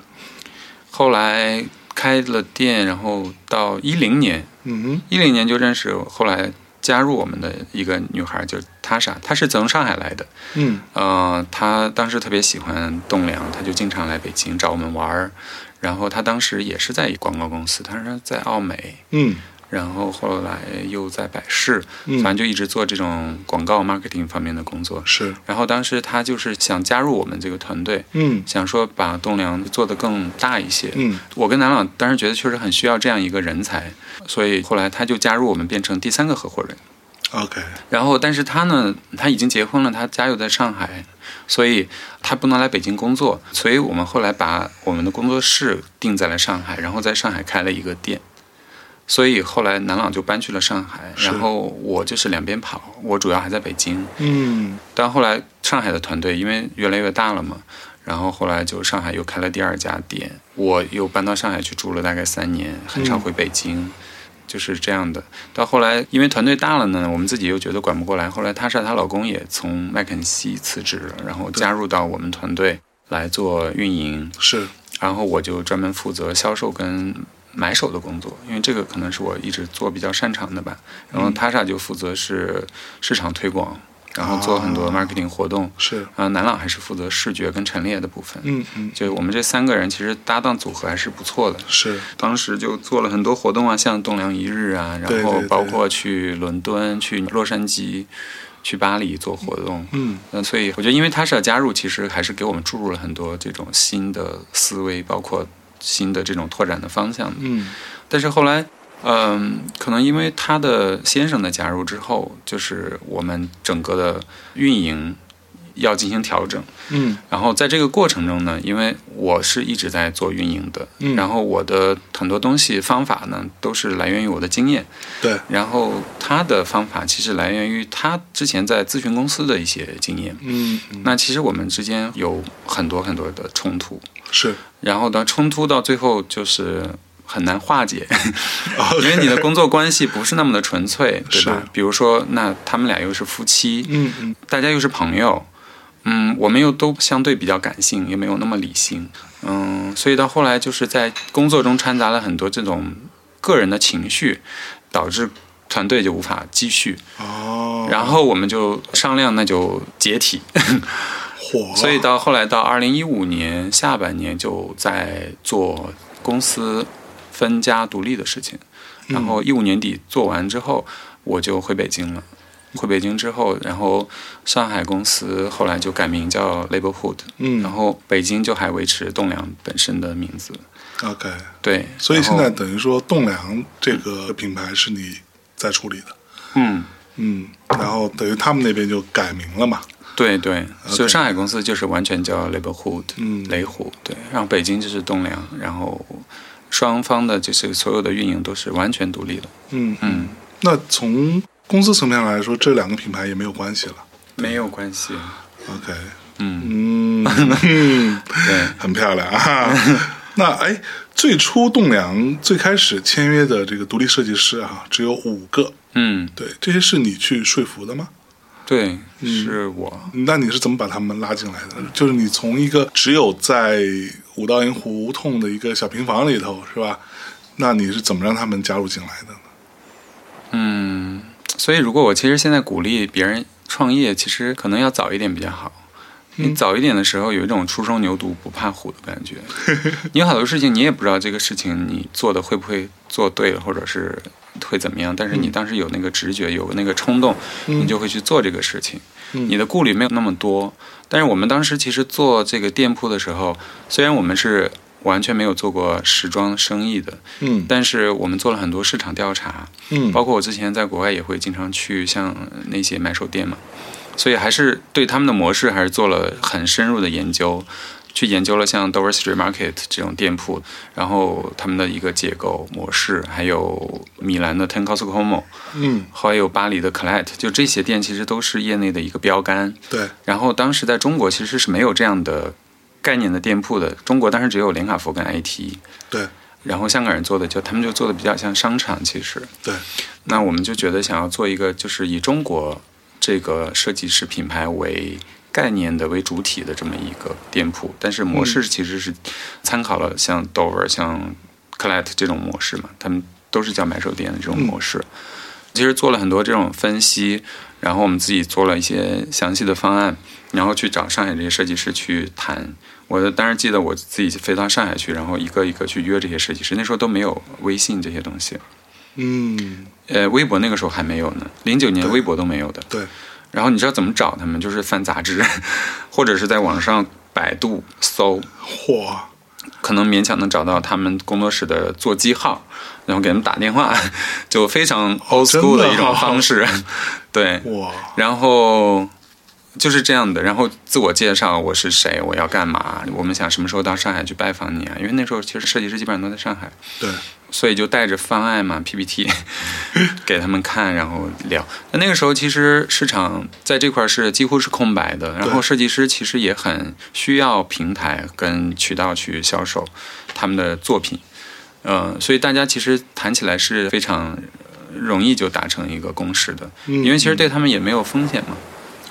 S2: 后来开了店，然后到一零年，
S1: 嗯
S2: 一零年就认识后来加入我们的一个女孩，就是塔莎，她是从上海来的。
S1: 嗯
S2: 呃，他当时特别喜欢栋梁，他就经常来北京找我们玩儿。然后他当时也是在广告公司，他是在奥美，
S1: 嗯
S2: 然后后来又在百事，反正
S1: 嗯，
S2: 就一直做这种广告 marketing 方面的工作。
S1: 是，
S2: 然后当时他就是想加入我们这个团队，
S1: 嗯
S2: 想说把栋梁做得更大一些。
S1: 嗯
S2: 我跟南朗当时觉得确实很需要这样一个人才，所以后来他就加入我们，变成第三个合伙人。
S1: ，OK，
S2: 然后，但是他呢，他已经结婚了，他家又在上海，所以他不能来北京工作，所以我们后来把我们的工作室定在了上海，然后在上海开了一个店，所以后来南朗就搬去了上海，
S1: 是
S2: 然后我就是两边跑，我主要还在北京，
S1: 嗯
S2: 但后来上海的团队因为越来越大了嘛，然后后来就上海又开了第二家店，我又搬到上海去住了大概三年，很少回北京，就是这样的。到后来因为团队大了呢，我们自己又觉得管不过来，后来她是她老公也从麦肯锡辞职了，然后加入到我们团队来做运营，
S1: 是，
S2: 然后我就专门负责销售跟买手的工作，因为这个可能是我一直做比较擅长的吧。然后
S1: 嗯
S2: 塔莎就负责是市场推广，然后做很多
S1: 啊
S2: marketing 活动。
S1: 是，
S2: 然后南朗还是负责视觉跟陈列的部分。
S1: 嗯嗯
S2: 就我们这三个人其实搭档组合还是不错的。
S1: 是，
S2: 当时就做了很多活动啊，像栋梁一日啊，
S1: 对
S2: 然
S1: 对
S2: 后
S1: 对
S2: 包括去伦敦、去洛杉矶、去巴黎做活动。
S1: 嗯
S2: 嗯，所以我觉得，因为他是要加入，其实还是给我们注入了很多这种新的思维，包括新的这种拓展的方向的。
S1: 嗯
S2: 但是后来，嗯，可能因为他的先生的加入之后，就是我们整个的运营要进行调整。
S1: 嗯
S2: 然后在这个过程中呢，因为我是一直在做运营的，
S1: 嗯，
S2: 然后我的很多东西方法呢，都是来源于我的经验。
S1: 对，
S2: 然后他的方法其实来源于他之前在咨询公司的一些经验。
S1: 嗯嗯
S2: 那其实我们之间有很多很多的冲突，
S1: 是，
S2: 然后呢，冲突到最后就是很难化解，因
S1: OK，
S2: 为你的工作关系不是那么的纯粹，对吧
S1: 是？
S2: 比如说，那他们俩又是夫妻，
S1: 嗯嗯
S2: 大家又是朋友，嗯，我们又都相对比较感性，也没有那么理性，嗯，所以到后来就是在工作中掺杂了很多这种个人的情绪，导致团队就无法继续，
S1: 哦，
S2: 然后我们就商量，那就解体。
S1: 火了，
S2: 所以到后来到二零一五年下半年就在做公司分家独立的事情，
S1: 嗯
S2: 然后一五年底做完之后，我就回北京了。回北京之后，然后上海公司后来就改名叫 Labelhood，
S1: 嗯，
S2: 然后北京就还维持栋梁本身的名字。
S1: OK，
S2: 对，
S1: 所以
S2: 然
S1: 现
S2: 后
S1: 在等于说栋梁这个品牌是你在处理的，
S2: 嗯，
S1: 嗯，然后等于他们那边就改名了嘛，
S2: 对对，
S1: OK
S2: 所以上海公司就是完全叫 Labelhood，
S1: 嗯
S2: 雷虎对，然后北京就是栋梁，然后双方的就是所有的运营都是完全独立的。
S1: 嗯，
S2: 嗯，
S1: 那从公司层面来说，这两个品牌也没有关系了
S2: 没有关系。
S1: ，OK，
S2: 嗯，
S1: 嗯，
S2: 对，
S1: 很漂亮啊。 那哎，最初栋梁最开始签约的这个独立设计师啊，只有五个，
S2: 嗯，
S1: 对，这些是你去说服的吗？
S2: 对，是我。
S1: 那你是怎么把他们拉进来的？
S2: 嗯
S1: 就是你从一个只有在五道营胡同的一个小平房里头，是吧？那你是怎么让他们加入进来的呢？
S2: 嗯，所以如果我其实现在鼓励别人创业，其实可能要早一点比较好。你
S1: 嗯
S2: 早一点的时候，有一种初生牛犊不怕虎的感 觉。你有好多事情，你也不知道这个事情你做的会不会做对了，或者是会怎么样，但是你当时有那个直觉，有那个冲动，你就会去做这个事情。
S1: 嗯
S2: 你的顾虑没有那么多。但是我们当时其实做这个店铺的时候，虽然我们是完全没有做过时装生意的，
S1: 嗯
S2: 但是我们做了很多市场调查，
S1: 嗯
S2: 包括我之前在国外也会经常去像那些买手店嘛，所以还是对他们的模式还是做了很深入的研究，去研究了像 Dover Street Market 这种店铺，然后他们的一个结构模式，还有米兰的 Ten Cos Como，
S1: 嗯，
S2: 还有巴黎的 Colette，就这些店其实都是业内的一个标杆。
S1: 对，
S2: 然后当时在中国其实是没有这样的概念的店铺的，中国当时只有连卡佛跟 IT。
S1: 对。
S2: 然后香港人做的就他们就做的比较像商场，其实。
S1: 对。
S2: 那我们就觉得想要做一个就是以中国这个设计师品牌为概念的为主体的这么一个店铺，但是模
S1: 嗯
S2: 式其实是参考了像 Dover、像 Colette 这种模式嘛，他们都是叫买手店的这
S1: 嗯
S2: 种模式。其实做了很多这种分析，然后我们自己做了一些详细的方案，然后去找上海这些设计师去谈。我当时记得我自己飞到上海去，然后一个一个去约这些设计师。那时候都没有微信这些东西，
S1: 嗯，
S2: 呃，微博那个时候还没有呢，零九年
S1: 对
S2: 微博都没有的。
S1: 对，
S2: 然后你知道怎么找他们？就是翻杂志， 或者是在网上百度搜，
S1: 嚯，
S2: 可能勉强能找到他们工作室的座机号，然后给他们打电话，就非常 old
S1: 真
S2: school
S1: 的
S2: 的一种
S1: 啊
S2: 方式。对，
S1: 哇，
S2: 然后就是这样的，然后自我介绍我是谁，我要干嘛，我们想什么时候到上海去拜访你啊？因为那时候其实设计师基本上都在上海，
S1: 对，
S2: 所以就带着方案嘛 PPT 给他们看，然后聊。那那个时候其实市场在这块是几乎是空白的，然后设计师其实也很需要平台跟渠道去销售他们的作品，嗯、所以大家其实谈起来是非常呃容易就达成一个共识的。
S1: 因
S2: 因为其实对他们也没有风险嘛，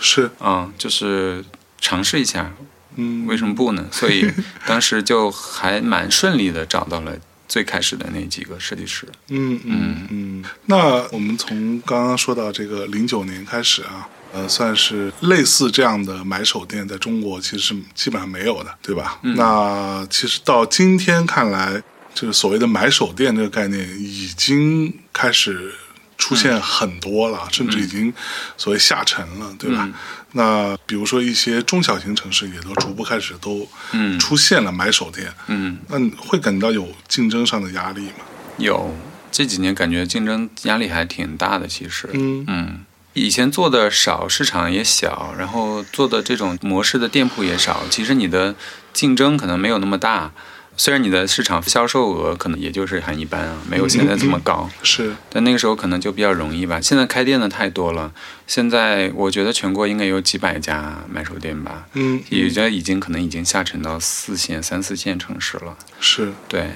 S1: 是，
S2: 啊、就是尝试一下，
S1: 嗯，
S2: 为什么不呢？所以当时就还蛮顺利的找到了最开始的那几个设计师。
S1: 嗯嗯嗯，那我们从刚刚说到这个零九年开始啊，呃，算是类似这样的买手店在中国其实是基本上没有的，对吧？那其实到今天看来，就是所谓的买手店这个概念已经开始出现很多了，甚至已经所谓下沉了，对吧？那比如说一些中小型城市也都逐步开始都
S2: 嗯
S1: 出现了买手店，
S2: 嗯，
S1: 那你会感到有竞争上的压力吗？
S2: 有这几年感觉竞争压力还挺大的，其实，
S1: 嗯
S2: 嗯，以前做的少，市场也小，然后做的这种模式的店铺也少，其实你的竞争可能没有那么大。虽然你的市场销售额可能也就是很一般啊，没有现在这么高，
S1: 是，
S2: 但那个时候可能就比较容易吧。现在开店的太多了，现在我觉得全国应该有几百家买手店吧，
S1: 嗯，
S2: 也觉得已经可能已经下沉到四线、三四线城市了。
S1: 是，
S2: 对，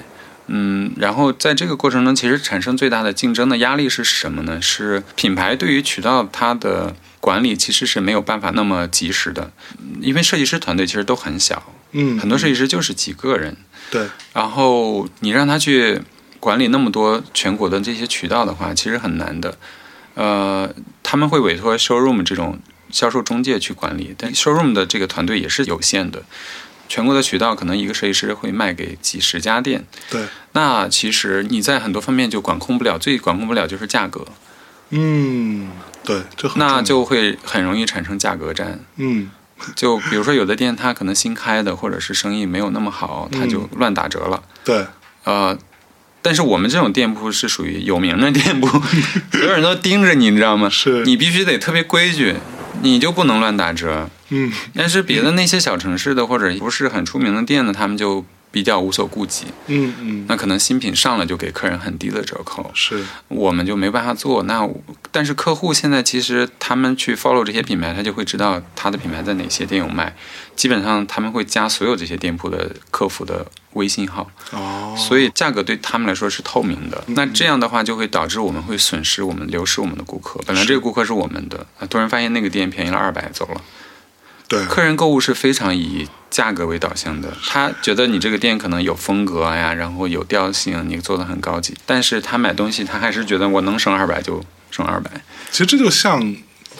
S2: 嗯，然后在这个过程中，其实产生最大的竞争的压力是什么呢？是品牌对于渠道它的管理其实是没有办法那么及时的，嗯因为设计师团队其实都很小，
S1: 嗯，
S2: 很多设计师就是几个人，
S1: 对，
S2: 然后你让他去管理那么多全国的这些渠道的话，其实很难的。呃，他们会委托 showroom 这种销售中介去管理，但 showroom 的这个团队也是有限的。全国的渠道可能一个设计师会卖给几十家店，
S1: 对，
S2: 那其实你在很多方面就管控不了，最管控不了就是价格，
S1: 嗯，对，这很重要
S2: 那就会很容易产生价格战。
S1: 嗯，
S2: 就比如说有的店它可能新开的，或者是生意没有那么好，
S1: 嗯
S2: 它就乱打折了。
S1: 对，
S2: 呃，但是我们这种店铺是属于有名的店铺， 所有人都盯着你，你知道吗？
S1: 是，
S2: 你必须得特别规矩，你就不能乱打折。
S1: 嗯，
S2: 但是别的那些小城市的或者不是很出名的店呢，他们就比较无所顾忌，
S1: 嗯嗯，
S2: 那可能新品上了就给客人很低的折扣，
S1: 是，
S2: 我们就没办法做。那我但是客户现在其实他们去 follow 这些品牌，他就会知道他的品牌在哪些店有卖，基本上他们会加所有这些店铺的客服的微信号。
S1: 哦，
S2: 所以价格对他们来说是透明的。那这样的话，就会导致我们会损失我们流失我们的顾客。本来这个顾客是我们的，啊，突然发现那个店便宜了二百走了。
S1: 对，
S2: 客人购物是非常以价格为导向的，他觉得你这个店可能有风格啊呀，然后有调性，你做的很高级，但是他买东西他还是觉得我能省二百就省二百。
S1: 其实这就像，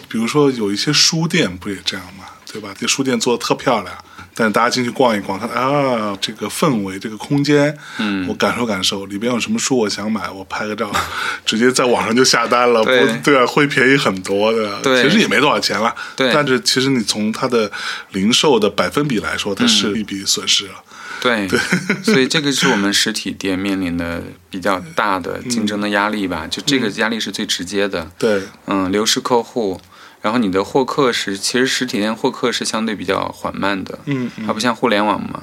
S1: 比如说有一些书店不也这样嘛，对吧？这书店做的特漂亮，但是大家进去逛一逛，看啊，这个氛围，这个空间，嗯，我感受感受，里边有什么书我想买，我拍个照， 直接在网上就下单了，
S2: 对
S1: 不对啊，会便宜很多的，
S2: 对
S1: 其实也没多少钱了，
S2: 对
S1: 但是其实你从它的零售的百分比来说，它是一笔损失了，
S2: 嗯对， 所以这个是我们实体店面临的比较大的竞争的压力吧，就这个压力是最直接的，
S1: 对，
S2: 嗯，流失客户，然后你的获客是，其实实体店获客是相对比较缓慢的，
S1: 嗯，
S2: 它不像互联网嘛，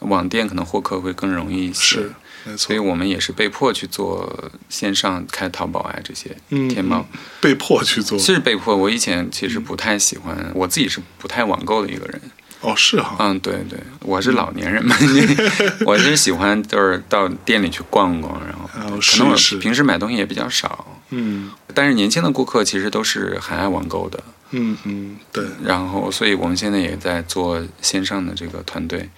S2: 网店可能获客会更容易一些，
S1: 是，没错
S2: 所以，我们也是被迫去做线上开淘宝啊这些，
S1: 嗯
S2: 天猫、
S1: 被迫去做，
S2: 是被迫。我以前其实不太喜欢，我自己是不太网购的一个人，
S1: 哦，是哈，
S2: 嗯，对对，我是老年人嘛，
S1: 嗯
S2: 你 我是喜欢就是到店里去逛逛，然后
S1: 然后
S2: 可
S1: 试
S2: 能
S1: 一
S2: 我
S1: 试，
S2: 平时买东西也比较少，
S1: 嗯
S2: 但是年轻的顾客其实都是很爱网购的，
S1: 嗯嗯，对，
S2: 然后所以我们现在也在做线上的这个团队，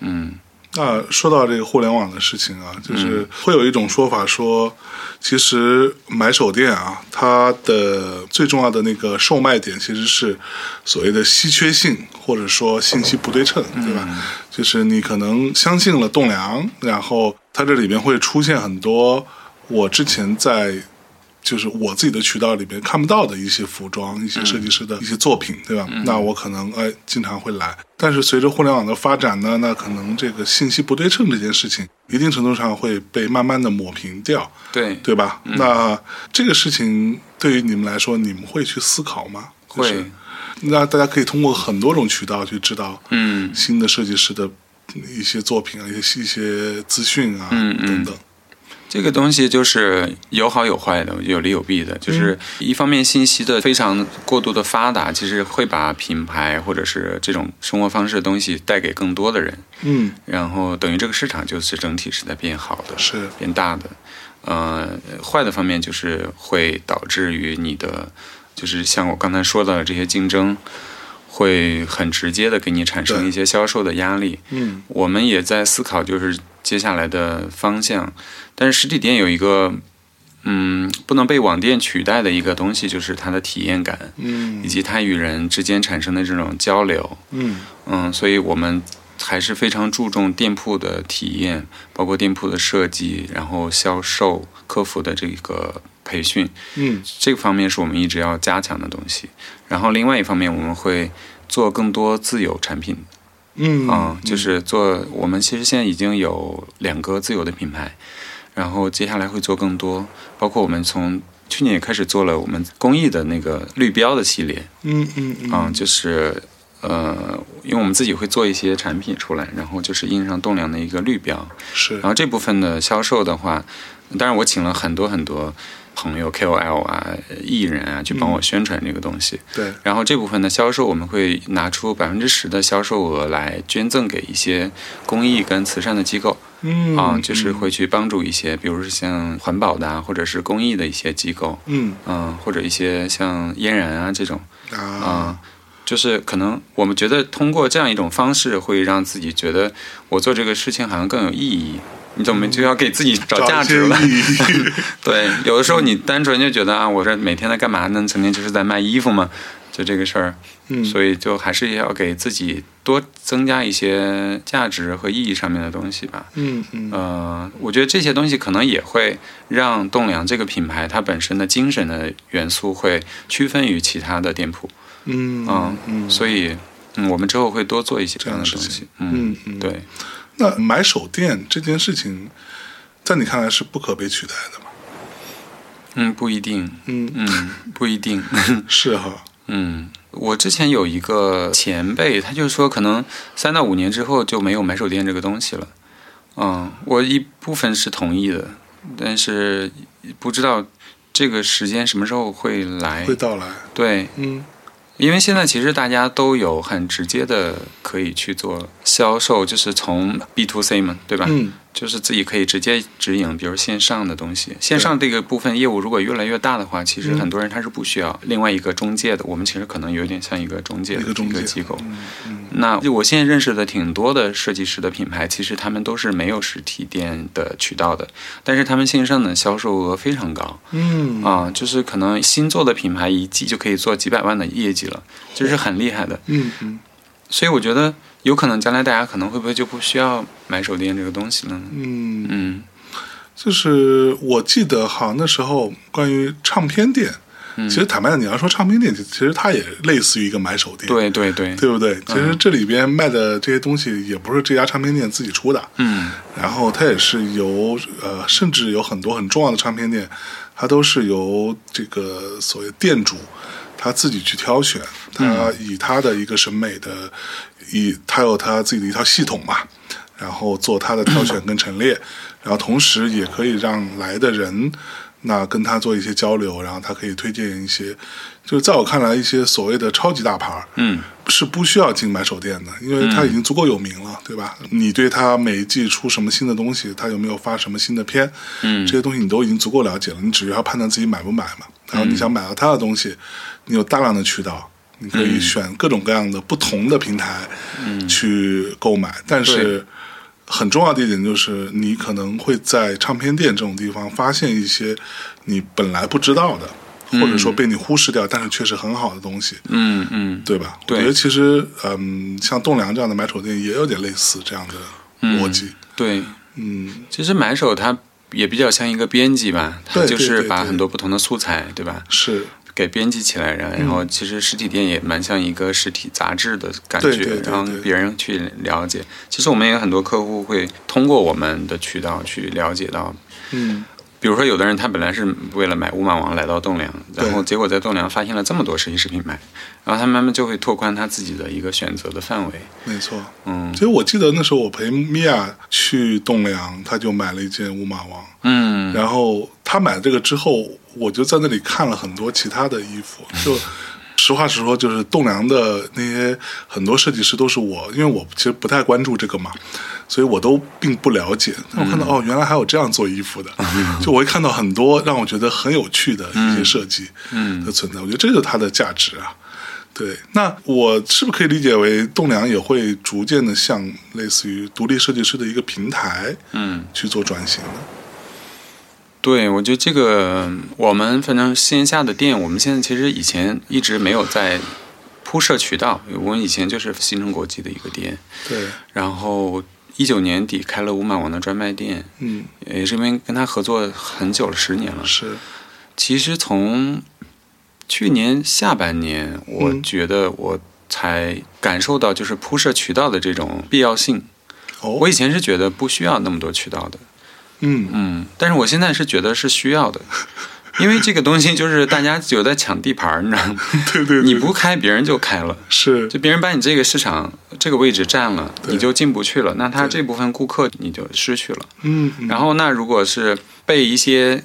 S2: 嗯
S1: 那说到这个互联网的事情啊，就是会有一种说法说，其实买手店啊，它的最重要的那个售卖点其实是所谓的稀缺性，或者说信息不对称，对吧？就是你可能相信了栋梁，然后它这里面会出现很多我之前在就是我自己的渠道里边看不到的一些服装、一些
S2: 嗯
S1: 设计师的一些作品，对吧？那我可能哎经常会来，但是随着互联网的发展呢，那可能这个信息不对称这件事情，一定程度上会被慢慢的抹平掉，
S2: 对。
S1: 对吧？
S2: 嗯
S1: 那这个事情对于你们来说，你们会去思考吗？就是
S2: 会，
S1: 那大家可以通过很多种渠道去知道
S2: 嗯，
S1: 新的设计师的一些作品啊、一些一些资讯啊、
S2: 嗯嗯
S1: 等等。
S2: 这个东西就是有好有坏的，有利有弊的。就是一方面，信息的非常过度的发达，其实会把品牌或者是这种生活方式的东西带给更多的人，
S1: 嗯，
S2: 然后等于这个市场就是整体是在变好的，
S1: 是，
S2: 变大的。呃，坏的方面就是会导致于你的，就是像我刚才说的这些竞争，会很直接的给你产生
S1: 对
S2: 一些销售的压力。
S1: 嗯
S2: 我们也在思考，就是接下来的方向。但是实体店有一个，嗯，不能被网店取代的一个东西，就是它的体验感，以
S1: 嗯
S2: 及它与人之间产生的这种交流。
S1: 嗯，
S2: 嗯，所以我们还是非常注重店铺的体验，包括店铺的设计，然后销售、客服的这个培训，
S1: 嗯
S2: 这个方面是我们一直要加强的东西。然后另外一方面，我们会做更多自有产品
S1: 嗯
S2: 嗯，就是做我们其实现在已经有两个自有的品牌，然后接下来会做更多，包括我们从去年也开始做了我们公益的那个绿标的系列，
S1: 嗯嗯嗯
S2: 嗯，就是呃，因为我们自己会做一些产品出来，然后就是印上栋梁的一个绿标，
S1: 是
S2: 然后这部分的销售的话，当然我请了很多很多朋友 KOL 啊、艺人啊去
S1: 嗯
S2: 帮我宣传这个东西，
S1: 对，
S2: 然后这部分的销售，我们会拿出百分之十的销售额来捐赠给一些公益跟慈善的机构
S1: 嗯
S2: 啊、就是会去帮助一些，比如说像环保的啊，或者是公益的一些机构，
S1: 嗯
S2: 嗯、或者一些像嫣然啊这种啊、
S1: 啊
S2: 就是可能我们觉得通过这样一种方式，会让自己觉得我做这个事情好像更有意义。你怎么就要给自己找价值了？
S1: 找一些意义
S2: 对，有的时候你单纯就觉得啊，我这每天在干嘛呢？成天就是在卖衣服嘛，就这个事儿。
S1: 嗯，
S2: 所以就还是要给自己多增加一些价值和意义上面的东西吧。
S1: 嗯嗯
S2: 呃，我觉得这些东西可能也会让栋梁这个品牌它本身的精神的元素会区分于其他的店铺，
S1: 嗯
S2: 嗯
S1: 嗯，
S2: 所以嗯，我们之后会多做一些这样的东
S1: 这样的事
S2: 西
S1: 情。
S2: 嗯，
S1: 嗯嗯
S2: 对，
S1: 那买手店这件事情，在你看来是不可被取代的嘛？
S2: 嗯，不一定，
S1: 嗯，
S2: 嗯，不一定。
S1: 是哈，
S2: 嗯，我之前有一个前辈，他就说可能三到五年之后就没有买手店这个东西了。嗯，我一部分是同意的，但是不知道这个时间什么时候会来
S1: 会。到来。
S2: 对，
S1: 嗯
S2: 因为现在其实大家都有很直接的可以去做销售，就是从 B to C 嘛，对吧？
S1: 嗯
S2: 就是自己可以直接指引，比如线上的东西。线上这个部分业务如果越来越大的话，其实
S1: 嗯
S2: 很多人他是不需要另外一个中介的。我们其实可能有点像一个中介的
S1: 一个中介
S2: 机构。
S1: 嗯
S2: 那我现在认识的挺多的设计师的品牌，其实他们都是没有实体店的渠道的，但是他们线上的销售额非常高
S1: 嗯
S2: 啊、就是可能新做的品牌一季就可以做几百万的业绩了，这是很厉害的。
S1: 嗯嗯
S2: 所以我觉得有可能将来大家可能会不会就不需要买手电这个东西了呢？
S1: 嗯，
S2: 嗯
S1: 就是我记得好像那时候关于唱片店，
S2: 嗯，
S1: 其实坦白讲，你要说唱片店，其其实它也类似于一个买手店，
S2: 对对对，
S1: 对不对？其实这里边卖的这些东西也不是这家唱片店自己出的，
S2: 嗯
S1: 然后它也是由呃，甚至有很多很重要的唱片店，它都是由这个所谓店主他自己去挑选，他以他的一个审美的，以他有他自己的一套系统嘛，然后做他的挑选跟陈列，然后同时也可以让来的人。那跟他做一些交流，然后他可以推荐一些，就是在我看来，一些所谓的超级大牌儿，
S2: 嗯
S1: 是不需要进买手店的，因为它已经足够有名了，对吧？你对它每一季出什么新的东西，它有没有发什么新的片，
S2: 嗯
S1: 这些东西你都已经足够了解了，你只要判断自己买不买嘛。然后你想买到它的东西，你有大量的渠道，你可以选各种各样的不同的平台去购买，但是。很重要的一点就是，你可能会在唱片店这种地方发现一些你本来不知道的，或者说被你忽视掉，但是确实很好的东西。
S2: 嗯嗯，
S1: 对吧？
S2: 对
S1: 我觉得其实，嗯，像栋梁这样的买手店也有点类似这样的逻辑。
S2: 对，
S1: 嗯，
S2: 其实买手它也比较像一个编辑吧，它
S1: 对
S2: 就
S1: 对
S2: 是
S1: 对
S2: 把
S1: 对
S2: 很多不同的素材，对吧？
S1: 是，
S2: 给编辑起来，然然
S1: 嗯
S2: 后其实实体店也蛮像一个实体杂志的感
S1: 对对
S2: 觉
S1: 对，对
S2: 让别人去了解。其实我们也有很多客户会通过我们的渠道去了解到，
S1: 嗯，
S2: 比如说有的人他本来是为了买乌马王来到栋梁，
S1: 对
S2: 然后结果在栋梁发现了这么多实体视频牌，然后他慢慢就会拓宽他自己的一个选择的范围。
S1: 没错。
S2: 嗯
S1: 其实我记得那时候我陪米娅去栋梁，她就买了一件乌马王，
S2: 嗯
S1: 然后她买这个之后，我就在那里看了很多其他的衣 服，就。实话实说，就是栋梁的那些很多设计师都是我，因为我其实不太关注这个嘛，所以我都并不了解。但我看到、
S2: 嗯
S1: 哦，原来还有这样做衣服的， 就我会看到很多让我觉得很有趣的一些设计
S2: 嗯
S1: 的存在。我觉得这就是它的价值啊。对，那我是不是可以理解为栋梁也会逐渐的向类似于独立设计师的一个平台
S2: 嗯，
S1: 去做转型呢？
S2: 对，我觉得这个我们反正线下的店，我们现在其实以前一直没有在铺设渠道，我们以前就是新城国际的一个店，
S1: 对，
S2: 然后一九年底开了五马王的专卖店，
S1: 嗯，
S2: 也是因为跟他合作很久了，十年了。
S1: 是，
S2: 其实从去年下半年，我
S1: 嗯
S2: 觉得我才感受到就是铺设渠道的这种必要性。
S1: 哦
S2: 我，以前是觉得不需要那么多渠道的，
S1: 嗯，
S2: 嗯，但是我现在是觉得是需要的， 因为这个东西就是大家有在抢地盘儿，你知道吗？
S1: 对对对，
S2: 你不开，别人就开了。
S1: 是，
S2: 就别人把你这个市场这个位置占了，
S1: 对
S2: 你就进不去了，那他这部分顾客你就失去了。
S1: 嗯，嗯
S2: 然后那如果是被一些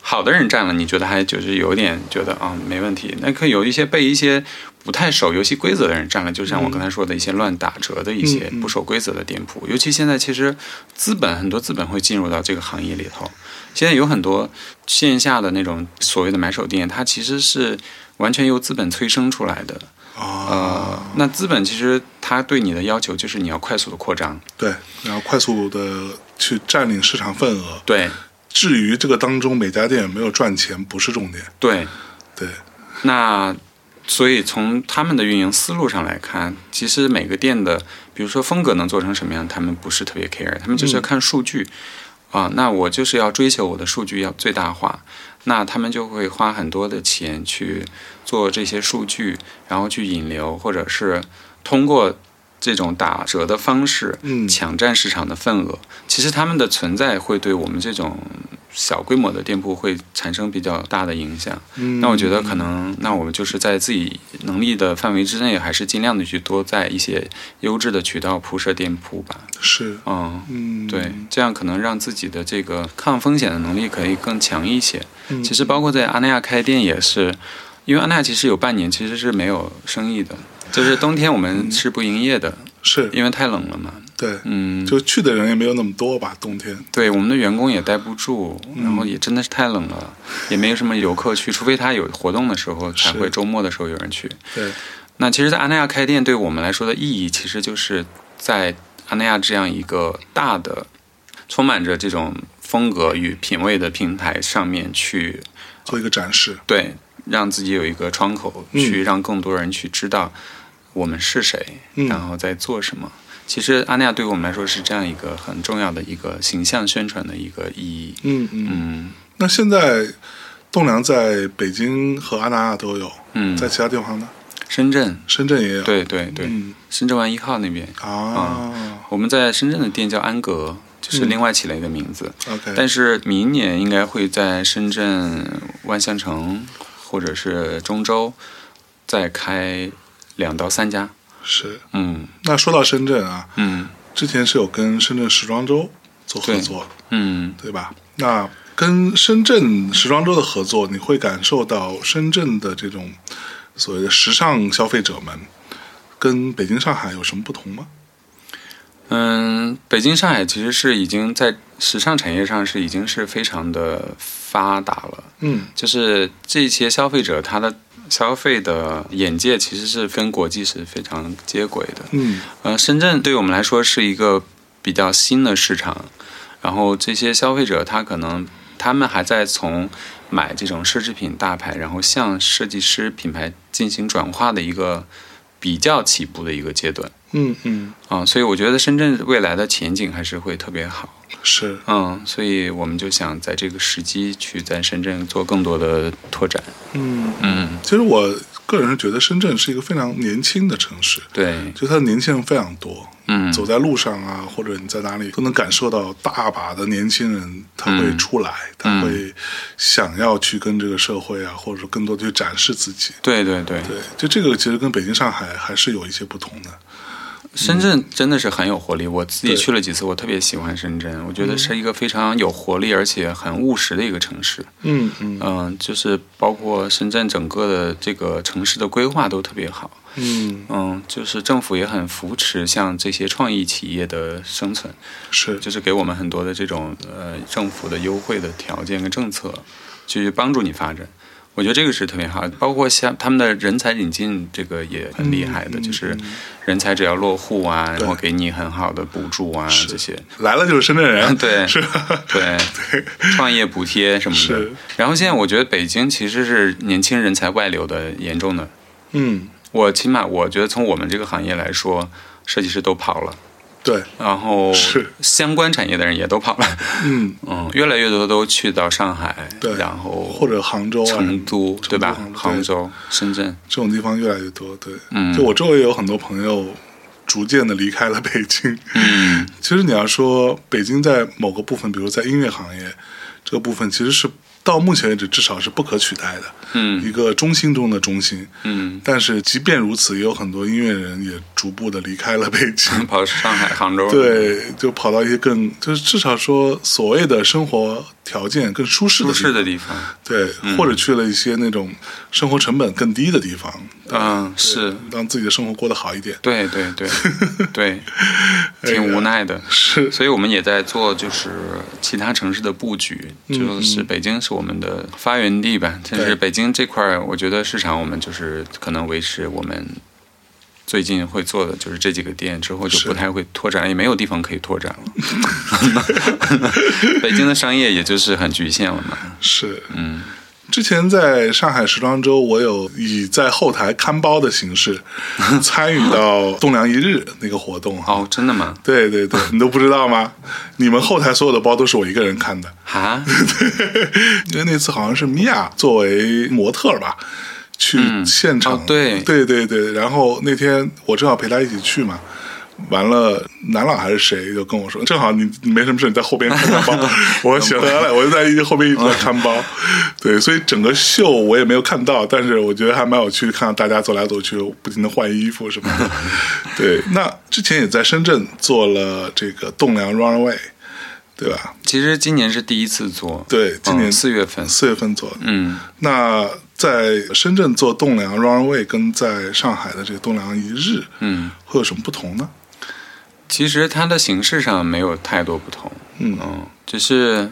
S2: 好的人占了，你觉得还就是有点觉得啊、没问题，那可有一些被一些不太守游戏规则的人占了，就像我刚才说的一些乱打折的一些
S1: 嗯嗯嗯
S2: 不守规则的店铺，尤其现在其实资本很多资本会进入到这个行业里头，现在有很多线下的那种所谓的买手店，它其实是完全由资本催生出来的。呃
S1: 啊，，
S2: 那资本其实它对你的要求就是你要快速的扩张，
S1: 对，然后快速的去占领市场份额。
S2: 对
S1: 至于这个当中每家店有没有赚钱，不是重点。
S2: 对。
S1: 对，
S2: 那所以从他们的运营思路上来看，其实每个店的，比如说风格能做成什么样，他们不是特别 care，他们就是要看数据啊、那我就是要追求我的数据要最大化，那他们就会花很多的钱去做这些数据，然后去引流，或者是通过。这种打折的方式，
S1: 嗯
S2: 抢占市场的份额，其实他们的存在会对我们这种小规模的店铺会产生比较大的影响。
S1: 嗯，
S2: 那我觉得可能，那我们就是在自己能力的范围之内，还是尽量的去多在一些优质的渠道铺设店铺吧。
S1: 是，
S2: 嗯，
S1: 嗯，
S2: 对，这样可能让自己的这个抗风险的能力可以更强一些。
S1: 嗯，
S2: 其实包括在阿那亚开店也是，因为阿那亚其实有半年其实是没有生意的，就是冬天我
S1: 嗯
S2: 们是不营业的，
S1: 是
S2: 因为太冷了嘛。
S1: 对，
S2: 嗯，哦
S1: 就去的人也没有那么多吧，冬天。
S2: 对，我们的员工也待不住，然
S1: 嗯
S2: 后也真的是太冷了，也没有什么游客去，除非他有活动的时候才
S1: 是
S2: 会，周末的时候有人去。
S1: 对，
S2: 那其实，在阿那亚开店对我们来说的意义，其实就是在阿那亚这样一个大的、充满着这种风格与品味的平台上面去，
S1: 做一个展示。
S2: 对，让自己有一个窗口，
S1: 嗯
S2: 去让更多人去知道。我们是谁，
S1: 嗯
S2: 然后在做什么。其实阿那亚对我们来说是这样一个很重要的一个形象宣传的一个意义。
S1: 嗯嗯。
S2: 嗯
S1: 那现在栋梁在北京和阿那亚都有，
S2: 嗯，
S1: 在其他地方呢，
S2: 深圳，
S1: 深圳也有。
S2: 对对对，
S1: 嗯
S2: 深圳湾一号那边，
S1: 啊
S2: 我们在深圳的店叫安格，就是
S1: 嗯
S2: 另外起了一个名字。
S1: ，OK，
S2: 但是明年应该会在深圳万象城或者是中州再开两到三家。
S1: 是。
S2: 嗯
S1: 那说到深圳啊，
S2: 嗯
S1: 之前是有跟深圳时装周做合作，
S2: 嗯，
S1: 对吧？那跟深圳时装周的合作，你会感受到深圳的这种所谓的时尚消费者们跟北京、上海有什么不同吗？
S2: 嗯，北京、上海其实是已经在时尚产业上是已经是非常的发达了，
S1: 嗯
S2: 就是这些消费者他的消费的眼界其实是跟国际是非常接轨的。
S1: 嗯
S2: 呃，深圳对我们来说是一个比较新的市场，然后这些消费者他可能他们还在从买这种奢侈品大牌，然后向设计师品牌进行转化的一个比较起步的一个阶段
S1: 嗯嗯，
S2: 啊、所以我觉得深圳未来的前景还是会特别好。
S1: 是。
S2: 嗯，所以我们就想在这个时机去在深圳做更多的拓展。
S1: 嗯，
S2: 嗯，
S1: 其实我个人是觉得深圳是一个非常年轻的城市，
S2: 对，
S1: 就它的年轻人非常多，
S2: 嗯，
S1: 走在路上啊，或者你在哪里都能感受到大把的年轻人他会
S2: 嗯
S1: 出来，他会想要去跟这个社会啊，或者说更多地去展示自己。
S2: 对对对，
S1: 对，就这个其实跟北京、上海还是有一些不同的。
S2: 深圳真的是很有活力，我自己
S1: 对
S2: 去了几次，我特别喜欢深圳。我觉得是一个非常有活力而且很务实的一个城市。
S1: 嗯嗯
S2: 嗯、就是包括深圳整个的这个城市的规划都特别好。
S1: 嗯，
S2: 嗯，就是政府也很扶持像这些创意企业的生存，
S1: 是
S2: 就是给我们很多的这种呃政府的优惠的条件跟政策，去帮助你发展。我觉得这个是特别好，包括像他们的人才引进，这个也很厉害的，
S1: 嗯
S2: 就是
S1: 嗯
S2: 人才只要落户啊，
S1: 对
S2: 然后给你很好的补助啊，
S1: 是
S2: 这些，
S1: 来了就是深圳人，
S2: 对
S1: 是吧？
S2: 对，创业补贴什么的
S1: 是。
S2: 然后现在我觉得北京其实是年轻人才外流的严重的，
S1: 嗯，
S2: 我起码我觉得从我们这个行业来说，设计师都跑了，
S1: 对，
S2: 然后
S1: 是
S2: 相关产业的人也都跑了，
S1: 嗯，
S2: 嗯，越来越多都去到上海，
S1: 对
S2: 然后
S1: 或者杭州啊，
S2: 成都，
S1: 成
S2: 对吧？
S1: 杭
S2: 杭
S1: 州对
S2: 州、深圳，
S1: 这种地方越来越多。对，
S2: 嗯，
S1: 就我周围有很多朋友逐渐的离开了北京。
S2: 嗯，
S1: 其实你要说北京在某个部分，比如在音乐行业这个部分，其实是到目前为止至少是不可取代的、
S2: 嗯
S1: 一个中心中的中心。
S2: 嗯
S1: 但是即便如此，也有很多音乐人也逐步的离开了北京。
S2: 嗯，跑上海、杭州，，
S1: 对，就跑到一些更，就是至少说所谓的生活条件更舒适的
S2: 舒
S1: 地方
S2: 适嗯的地方，
S1: 对，或者去了一些那种生活成本更低的地方，
S2: 嗯，是，
S1: 让自己的生活过得好一点。
S2: 对对 对
S1: 哎
S2: 对，挺无奈的。
S1: 是，
S2: 所以我们也在做，就是其他城市的布局，就是北京是我们的发源地吧。但
S1: 对
S2: 是北京这块儿，我觉得市场我们就是可能维持我们最近会做的就是这几个店，之后就是不太会拓展，也没有地方可以拓展了。北京的商业也就是很局限了嘛。
S1: 是，
S2: 嗯，
S1: 之前在上海时装周，我有以在后台看包的形式参与到栋梁一日那个活动哈。
S2: 哦，真的吗？
S1: 对对对，你都不知道吗？你们后台所有的包都是我一个人看的，
S2: 啊，
S1: 因为那次好像是米娅作为模特儿吧，去
S2: 嗯
S1: 现场，
S2: 哦对
S1: 对对对。然后那天我正好陪她一起去嘛，完了南朗还是谁就跟我说，正好你你没什么事，你在后边看 看包。我说行得了，我就在后边一直在看包。
S2: 嗯
S1: 对，所以整个秀我也没有看到，但是我觉得还蛮有趣，看到大家走来走去，不停的换衣服什么 的。对，那之前也在深圳做了这个栋梁 runway，对吧？
S2: 其实今年是第一次做，
S1: 对，今年
S2: 嗯四月份，
S1: 四月份做的。
S2: 嗯。
S1: 那在深圳做栋梁 runway 跟在上海的这个栋梁一日，
S2: 嗯，
S1: 会有什么不同呢？
S2: 其实它的形式上没有太多不同，
S1: 嗯
S2: 只是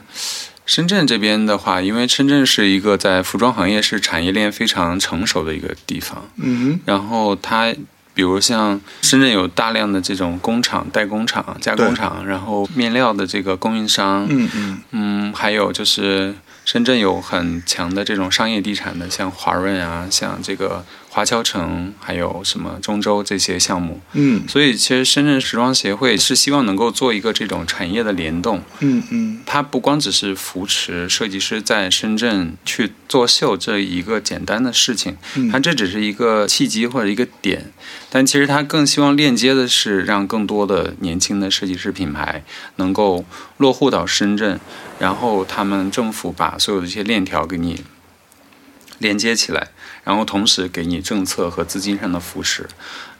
S2: 深圳这边的话，因为深圳是一个在服装行业是产业链非常成熟的一个地方，
S1: 嗯
S2: 然后它比如像深圳有大量的这种工厂、代工厂、加工厂，然后面料的这个供应商，
S1: 嗯嗯
S2: 嗯，还有就是深圳有很强的这种商业地产的，像华润啊，像这个华侨城，还有什么中州这些项目。
S1: 嗯
S2: 所以，其实深圳时装协会是希望能够做一个这种产业的联动，
S1: 嗯嗯
S2: 它不光只是扶持设计师在深圳去做秀这一个简单的事情，
S1: 嗯
S2: 它这只是一个契机或者一个点，但其实它更希望链接的是让更多的年轻的设计师品牌能够落户到深圳，然后他们政府把所有的这些链条给你连接起来，然后同时给你政策和资金上的扶持，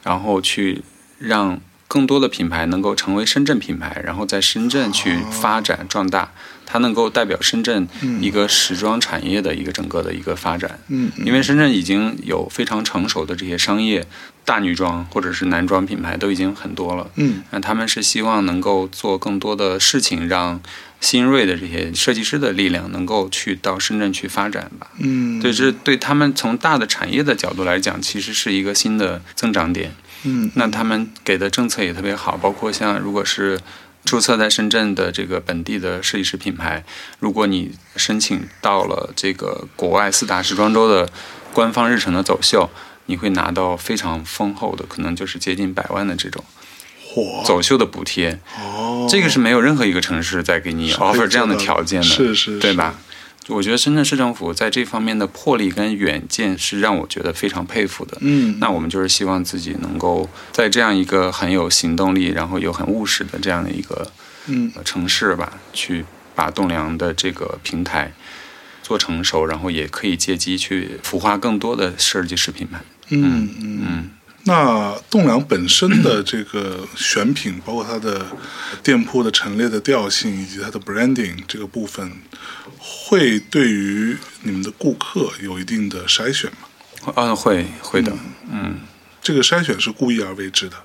S2: 然后去让更多的品牌能够成为深圳品牌，然后在深圳去发展壮大，它能够代表深圳一个时装产业的一个整个的一个发展。
S1: 嗯，
S2: 因为深圳已经有非常成熟的这些商业大女装或者是男装品牌都已经很多了，
S1: 嗯
S2: 那他们是希望能够做更多的事情，让新锐的这些设计师的力量能够去到深圳去发展吧。
S1: 嗯，
S2: 对，这对他们从大的产业的角度来讲，其实是一个新的增长点。
S1: 嗯
S2: 那他们给的政策也特别好，包括像如果是注册在深圳的这个本地的设计师品牌，如果你申请到了这个国外四大时装周的官方日程的走秀，你会拿到非常丰厚的，可能就是接近百万的这种
S1: 火
S2: 走秀的补贴。
S1: 哦，
S2: 这个是没有任何一个城市在给你
S1: 是可以
S2: offer 这样的
S1: 做到
S2: 条件的，
S1: 是是，
S2: 对
S1: 是？
S2: 吧？我觉得深圳市政府在这方面的魄力跟远见是让我觉得非常佩服的。
S1: 嗯，
S2: 那我们就是希望自己能够在这样一个很有行动力，然后又很务实的这样的一个
S1: 嗯
S2: 呃城市吧，去把栋梁的这个平台做成熟，然后也可以借机去孵化更多的设计师品牌。
S1: 嗯嗯。
S2: 嗯，
S1: 那栋梁本身的这个选品，包括它的店铺的陈列的调性，以及它的 branding 这个部分，会对于你们的顾客有一定的筛选吗？
S2: 嗯，会会的，嗯
S1: 这个筛选是故意而为之的。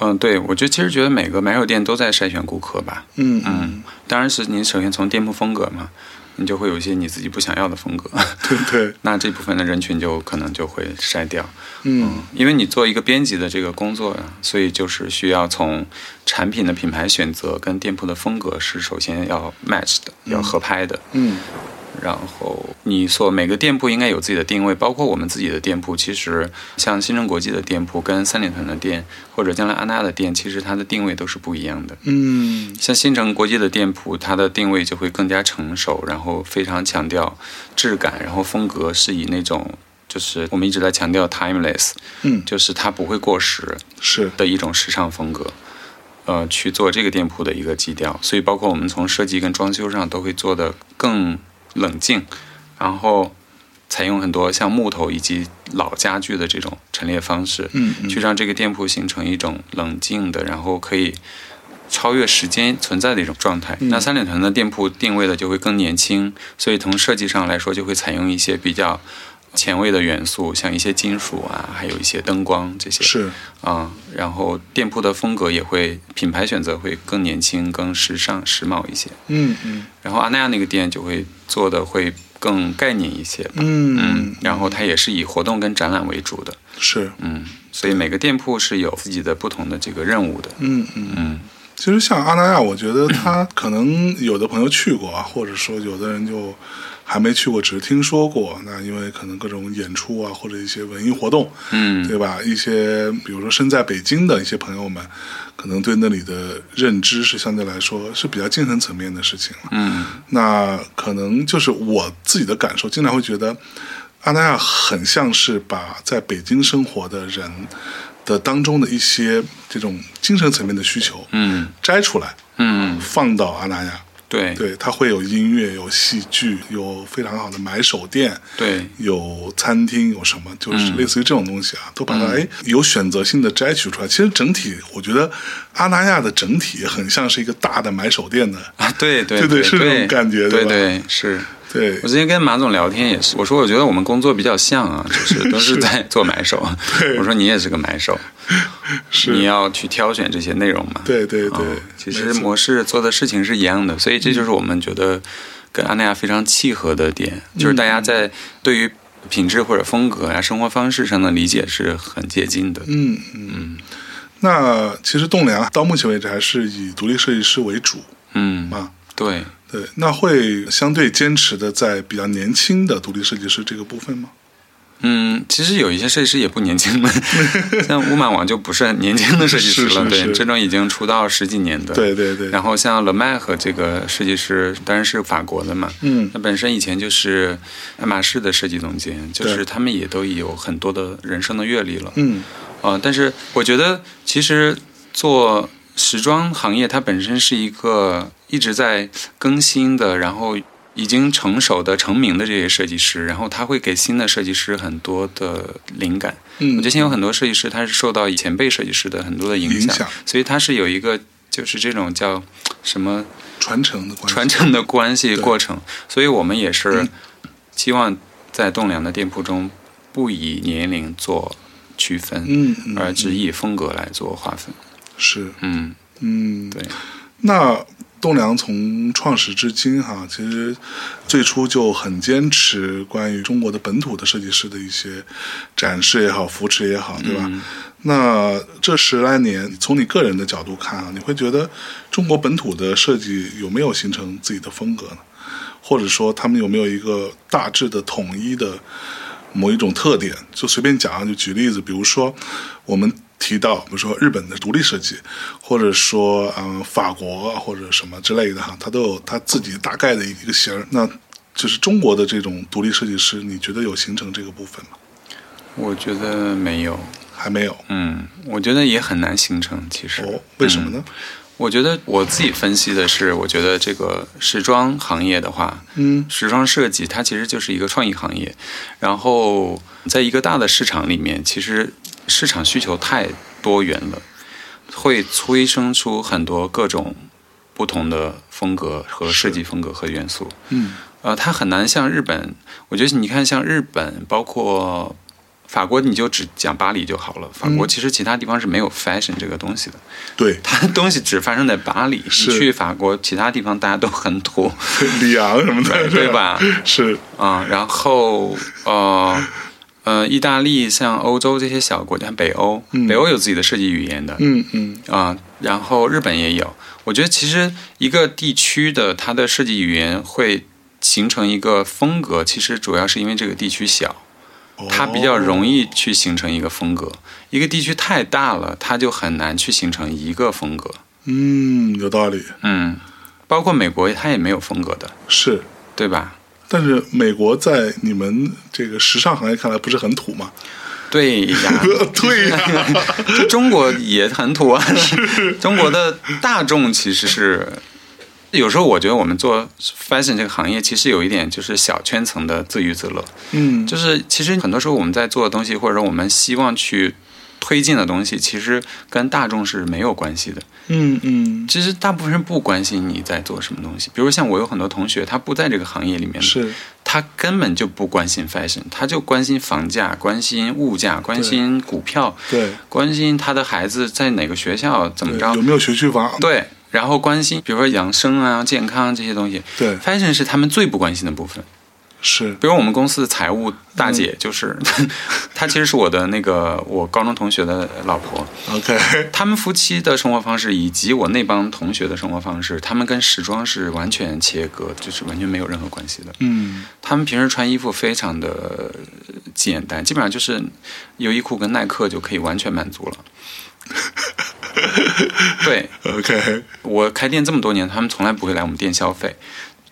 S2: 嗯，对，我就其实觉得每个买手店都在筛选顾客吧，
S1: 嗯
S2: 嗯，当然是你首先从店铺风格嘛，你就会有一些你自己不想要的风格，
S1: 对对，
S2: 那这部分的人群就可能就会筛掉。
S1: 嗯
S2: 因为你做一个编辑的这个工作呀、所以就是需要从产品的品牌选择跟店铺的风格是首先要 match 的，要合拍的。
S1: 嗯
S2: 然后你所每个店铺应该有自己的定位，包括我们自己的店铺。其实像新城国际的店铺跟三里屯的店，或者将来安娜的店，其实它的定位都是不一样的。
S1: 嗯
S2: 像新城国际的店铺，它的定位就会更加成熟，然后非常强调质感，然后风格是以那种就是我们一直在强调 timeless，
S1: 嗯，
S2: 就是它不会过时
S1: 是
S2: 的一种时尚风格，呃，去做这个店铺的一个基调。所以包括我们从设计跟装修上都会做的更冷静，然后采用很多像木头以及老家具的这种陈列方式，
S1: 嗯嗯
S2: 去让这个店铺形成一种冷静的，然后可以超越时间存在的一种状态。
S1: 嗯
S2: 那三里屯的店铺定位的就会更年轻，所以从设计上来说，就会采用一些比较前卫的元素，像一些金属啊，还有一些灯光这些
S1: 是
S2: 啊、然后店铺的风格也会，品牌选择会更年轻、更时尚、时髦一些。
S1: 嗯嗯
S2: 然后阿那亚那个店就会做的会更概念一些。嗯
S1: 嗯，
S2: 然后它也是以活动跟展览为主的，
S1: 是
S2: 嗯，所以每个店铺是有自己的不同的这个任务的，
S1: 嗯嗯。
S2: 嗯
S1: 其实像阿那亚，我觉得他可能有的朋友去过啊，或者说有的人就还没去过，只是听说过。那因为可能各种演出啊，或者一些文艺活动，
S2: 嗯
S1: 对吧？一些比如说身在北京的一些朋友们，可能对那里的认知是相对来说是比较精神层面的事情了。
S2: 嗯
S1: 那可能就是我自己的感受，经常会觉得阿那亚很像是把在北京生活的人的当中的一些这种精神层面的需求
S2: 嗯
S1: 摘出来。
S2: 嗯，
S1: 放到阿那亚，
S2: 对
S1: 对，它会有音乐，有戏剧，有非常好的买手店，
S2: 对
S1: 有餐厅，有什么，就是
S2: 嗯
S1: 类似于这种东西啊，都把它
S2: 嗯
S1: 哎有选择性的摘取出来。其实整体，我觉得阿那亚的整体很像是一个大的买手店的，
S2: 啊对对
S1: 对对
S2: 对，
S1: 是这种感觉对
S2: 对
S1: 吧
S2: 对是。
S1: 对
S2: 我之前跟马总聊天也是，我说我觉得我们工作比较像啊， 就是都是
S1: 是
S2: 在做买手
S1: 对。
S2: 我说你也是个买手，你
S1: 是，
S2: 要去挑选这些内容嘛。
S1: 对对对
S2: 嗯，其
S1: 没
S2: 实
S1: 错
S2: 模式做的事情是一样的，所以这就是我们觉得跟安那亚非常契合的点，
S1: 嗯
S2: 就是大家在对于品质或者风格啊、生活方式上的理解是很接近的。
S1: 嗯嗯。那其实栋梁到目前为止还是以独立设计师为主
S2: 嗯，
S1: 啊，
S2: 对，
S1: 对，那会相对坚持的在比较年轻的独立设计师这个部分吗？
S2: 嗯，其实有一些设计师也不年轻了， 像乌满王就不是很年轻的设计师了，
S1: 是是是
S2: 对，这种已经出道十几年的。
S1: 对对对，
S2: 然后像 Le Mac 这个设计师，当然是法国的嘛，
S1: 嗯
S2: 他本身以前就是爱马仕的设计总监，就
S1: 对
S2: 是他们也都有很多的人生的阅历了。
S1: 嗯
S2: 呃，但是我觉得其实做时装行业，它本身是一个一直在更新的，然后已经成熟的、成名的这些设计师，然后他会给新的设计师很多的灵感。
S1: 嗯，
S2: 我觉得现在有很多设计师，他是受到以前辈设计师的很多的影
S1: 影
S2: 响，
S1: 响
S2: 所以他是有一个就是这种叫什么
S1: 传承的关系，
S2: 传承的关系
S1: 对
S2: 过程，所以我们也是
S1: 嗯
S2: 希望在栋梁的店铺中不以年龄做区分，
S1: 嗯嗯
S2: 而只以风格来做划分。
S1: 是
S2: 嗯，
S1: 嗯
S2: 对，
S1: 那栋梁从创始至今哈，其实最初就很坚持关于中国的本土的设计师的一些展示也好、扶持也好，对吧？那这十来年，从你个人的角度看啊，你会觉得中国本土的设计有没有形成自己的风格呢？或者说，他们有没有一个大致的统一的某一种特点？就随便讲啊，就举例子，比如说我们提到，比如说日本的独立设计，或者说嗯、呃法国啊或者什么之类的哈，它都有它自己大概的一个型儿。那就是中国的这种独立设计师，你觉得有形成这个部分吗？
S2: 我觉得没有。
S1: 还没有
S2: 嗯，我觉得也很难形成。其实，
S1: 哦，为什么
S2: 嗯
S1: 呢？
S2: 我觉得我自己分析的是，我觉得这个时装行业的话，
S1: 嗯
S2: 时装设计它其实就是一个创意行业，然后在一个大的市场里面，其实市场需求太多元了，会催生出很多各种不同的风格和设计风格和元素。
S1: 嗯
S2: 呃，它很难像日本，我觉得你看像日本，包括法国，你就只讲巴黎就好了。法国
S1: 嗯
S2: 其实其他地方是没有 fashion 这个东西的。
S1: 对，
S2: 它东西只发生在巴黎，
S1: 是
S2: 你去法国其他地方大家都 很土，
S1: 李阳什么的，
S2: 对？吧？
S1: 是，
S2: 啊、然后呃呃，意大利像欧洲这些小国家，北欧，
S1: 嗯
S2: 北欧有自己的设计语言的啊、
S1: 嗯嗯
S2: 然后日本也有。我觉得其实一个地区的它的设计语言会形成一个风格，其实主要是因为这个地区小。
S1: 哦
S2: 它比较容易去形成一个风格，一个地区太大了，它就很难去形成一个风格。
S1: 嗯，有道理，
S2: 嗯，包括美国，它也没有风格的，
S1: 是。
S2: 对吧？
S1: 但是美国在你们这个时尚行业看来不是很土嘛？
S2: 对呀，
S1: 对呀、
S2: 就中国也很土 啊。中国的大众其实是，有时候我觉得我们做 fashion 这个行业，其实有一点就是小圈层的自娱自乐。
S1: 嗯，
S2: 就是其实很多时候我们在做的东西，或者说我们希望去推进的东西，其实跟大众是没有关系的。
S1: 嗯嗯，
S2: 其实大部分人不关心你在做什么东西。比如像我有很多同学，他不在这个行业里面的，
S1: 是，
S2: 他根本就不关心 fashion，他就关心房价、关心物价、关心股票、
S1: 对，
S2: 关心他的孩子在哪个学校怎么
S1: 对
S2: 着
S1: 有，没有学区房？
S2: 嗯对，然后关心比如说养生啊、健康这些东西。
S1: 对，
S2: fashion 是他们最不关心的部分。
S1: 是，
S2: 比如我们公司的财务大
S1: 嗯
S2: 姐，就是、 她，其实是我的那个我高中同学的老婆。
S1: OK，
S2: 他们夫妻的生活方式，以及我那帮同学的生活方式，他们跟时装是完全切割，就是完全没有任何关系的。
S1: 嗯，
S2: 他们平时穿衣服非常的呃简单，基本上就是优衣库跟耐克就可以完全满足了。 对
S1: OK，
S2: 我开店这么多年，他们从来不会来我们店消费。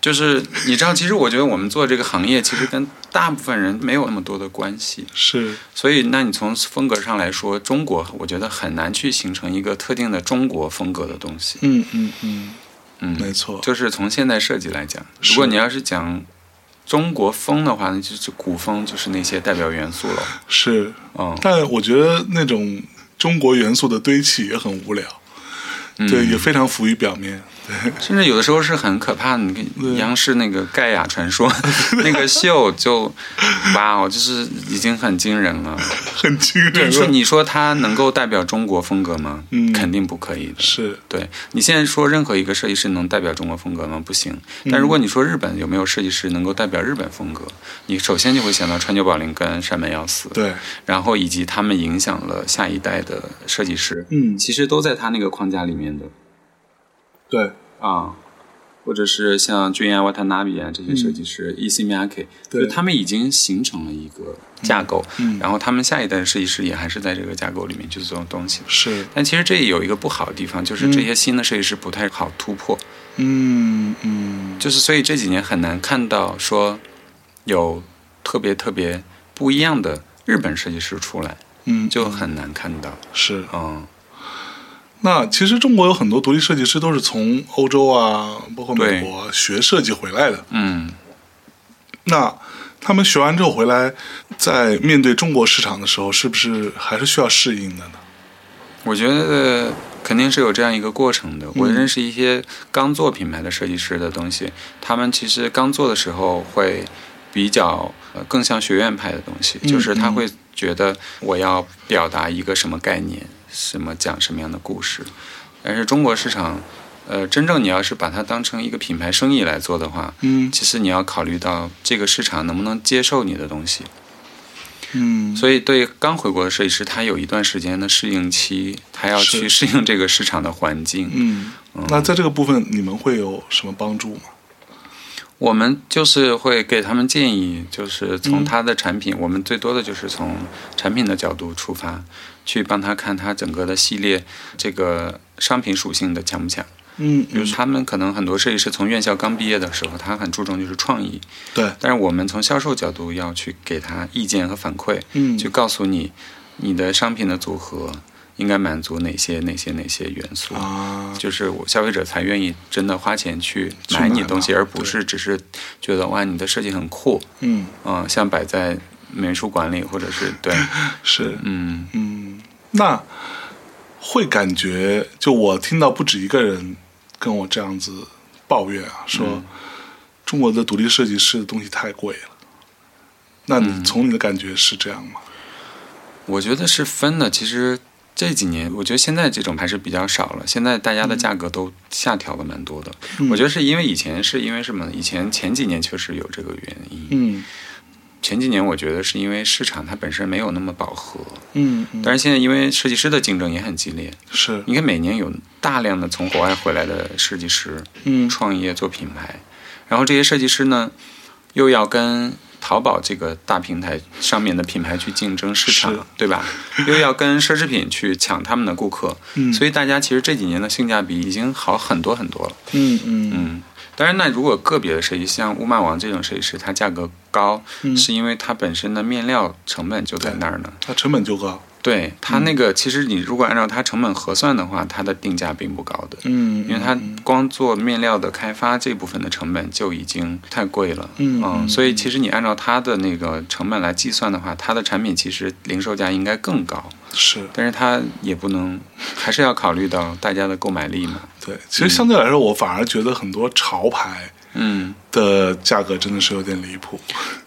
S2: 就是你知道，其实我觉得我们做这个行业，其实跟大部分人没有那么多的关系。
S1: 是，
S2: 所以，那你从风格上来说，中国我觉得很难去形成一个特定的中国风格的东西。
S1: 嗯嗯嗯，
S2: 嗯，
S1: 没错，
S2: 就是从现代设计来讲，
S1: 是
S2: 如果你要是讲中国风的话，那就是古风，就是那些代表元素了。
S1: 是。
S2: 嗯，
S1: 但我觉得那种中国元素的堆砌也很无聊，
S2: 嗯
S1: 对，也非常浮于表面。
S2: 甚至有的时候是很可怕的。你
S1: 对
S2: 看央视那个《盖亚 传说》那个秀就，哇哦，就是已经很惊人了。
S1: 很惊人
S2: 你说
S1: 了。
S2: 你说它能够代表中国风格吗？
S1: 嗯
S2: 肯定不可以的。
S1: 是，
S2: 对你现在说任何一个设计师能代表中国风格吗？不行。
S1: 嗯
S2: 但如果你说日本有没有设计师能够代表日本风格，你首先就会想到川久保玲跟山本耀司，
S1: 对，
S2: 然后以及他们影响了下一代的设计师，
S1: 嗯，
S2: 其实都在他那个框架里面的
S1: 对，
S2: 啊。或者是像俊彦、瓦塔纳比啊这些设计师、伊 c m i a k
S1: 对
S2: 就他们已经形成了一个架构，
S1: 嗯
S2: 然后他们下一代设计师也还是在这个架构里面去做东西。
S1: 是，
S2: 但其实这有一个不好的地方，就是这些新的设计师不太好突破，
S1: 嗯嗯，
S2: 就是所以这几年很难看到说有特别特别不一样的日本设计师出来，
S1: 嗯，
S2: 就很难看到。
S1: 是。
S2: 嗯，
S1: 那其实中国有很多独立设计师都是从欧洲啊，包括美
S2: 对
S1: 国学设计回来的。
S2: 嗯，
S1: 那他们学完之后回来，在面对中国市场的时候，是不是还是需要适应的呢？
S2: 我觉得呃肯定是有这样一个过程的。我认识一些刚做品牌的设计师的东西，他们其实刚做的时候会比较呃更像学院派的东西，
S1: 嗯
S2: 就是他
S1: 嗯
S2: 会觉得我要表达一个什么概念，什么讲什么样的故事。但是中国市场，呃，真正你要是把它当成一个品牌生意来做的话，
S1: 嗯
S2: 其实你要考虑到这个市场能不能接受你的东西。
S1: 嗯，
S2: 所以，对刚回国的设计师，他有一段时间的适应期，他要去适应这个市场的环境。
S1: 嗯，那在这个部分你们会有什么帮助吗？
S2: 我们就是会给他们建议，就是
S1: 嗯
S2: 从他的产品，我们最多的就是从产品的角度出发，去帮他看他整个的系列这个商品属性的强不强。
S1: 嗯，
S2: 比如说他们可能很多设计师从院校刚毕业的时候，他很注重就是创意，
S1: 对，
S2: 但是我们从销售角度要去给他意见和反馈，
S1: 嗯，
S2: 就告诉你你的商品的组合应该满足哪些哪些哪些元素，
S1: 啊，
S2: 就是我消费者才愿意真的花钱去
S1: 去
S2: 买
S1: 买
S2: 你
S1: 嘛
S2: 东西，而不
S1: 对
S2: 是只是觉得哇你的设计很酷，
S1: 嗯，
S2: 嗯、像摆在美术馆里或者是 对，
S1: 是，
S2: 嗯
S1: 嗯，那会感觉，就我听到不止一个人跟我这样子抱怨啊，说、
S2: 嗯
S1: 中国的独立设计师的东西太贵了。那你
S2: 嗯
S1: 从你的感觉是这样吗？
S2: 我觉得是分的。其实这几年，我觉得现在这种还是比较少了。现在大家的价格都下调了蛮多的。我觉
S1: 得，
S2: 得是因为以前是因为什么？以前前几年确实有这个原因。
S1: 嗯
S2: 前几年我觉得是因为市场它本身没有那么饱和，
S1: 嗯，嗯
S2: 但是现在因为设计师的竞争也很激烈，
S1: 是，
S2: 你看每年有大量的从国外回来的设计师
S1: 嗯
S2: 创业做品牌，然后这些设计师呢又要跟淘宝这个大平台上面的品牌去竞争市
S1: 是
S2: 场，对吧？又要跟奢侈品去抢他们的顾客，
S1: 嗯，
S2: 所
S1: 以，
S2: 以大家其实这几年的性价比已经好很多很多了。
S1: 嗯嗯
S2: 嗯，当然，那如果个别的设计，像乌曼王这种设计师，它价格高，
S1: 嗯，
S2: 是因为它本身的面料成本就在那儿呢。
S1: 它成本就高，
S2: 对它
S1: 嗯
S2: 那个，其实你如果按照它成本核算的话，它的定价并不高的，
S1: 嗯，
S2: 因为它
S1: 嗯
S2: 光做面料的开发这部分的成本就已经太贵了。
S1: 嗯嗯
S2: 所以其实你按照它的那个成本来计算的话，它的产品其实零售价应该更高，
S1: 是
S2: 但是它也不能，还是要考虑到大家的购买力嘛。
S1: 对。其实相对来说，我反而觉得很多潮牌
S2: 嗯，
S1: 的价格真的是有点离 谱。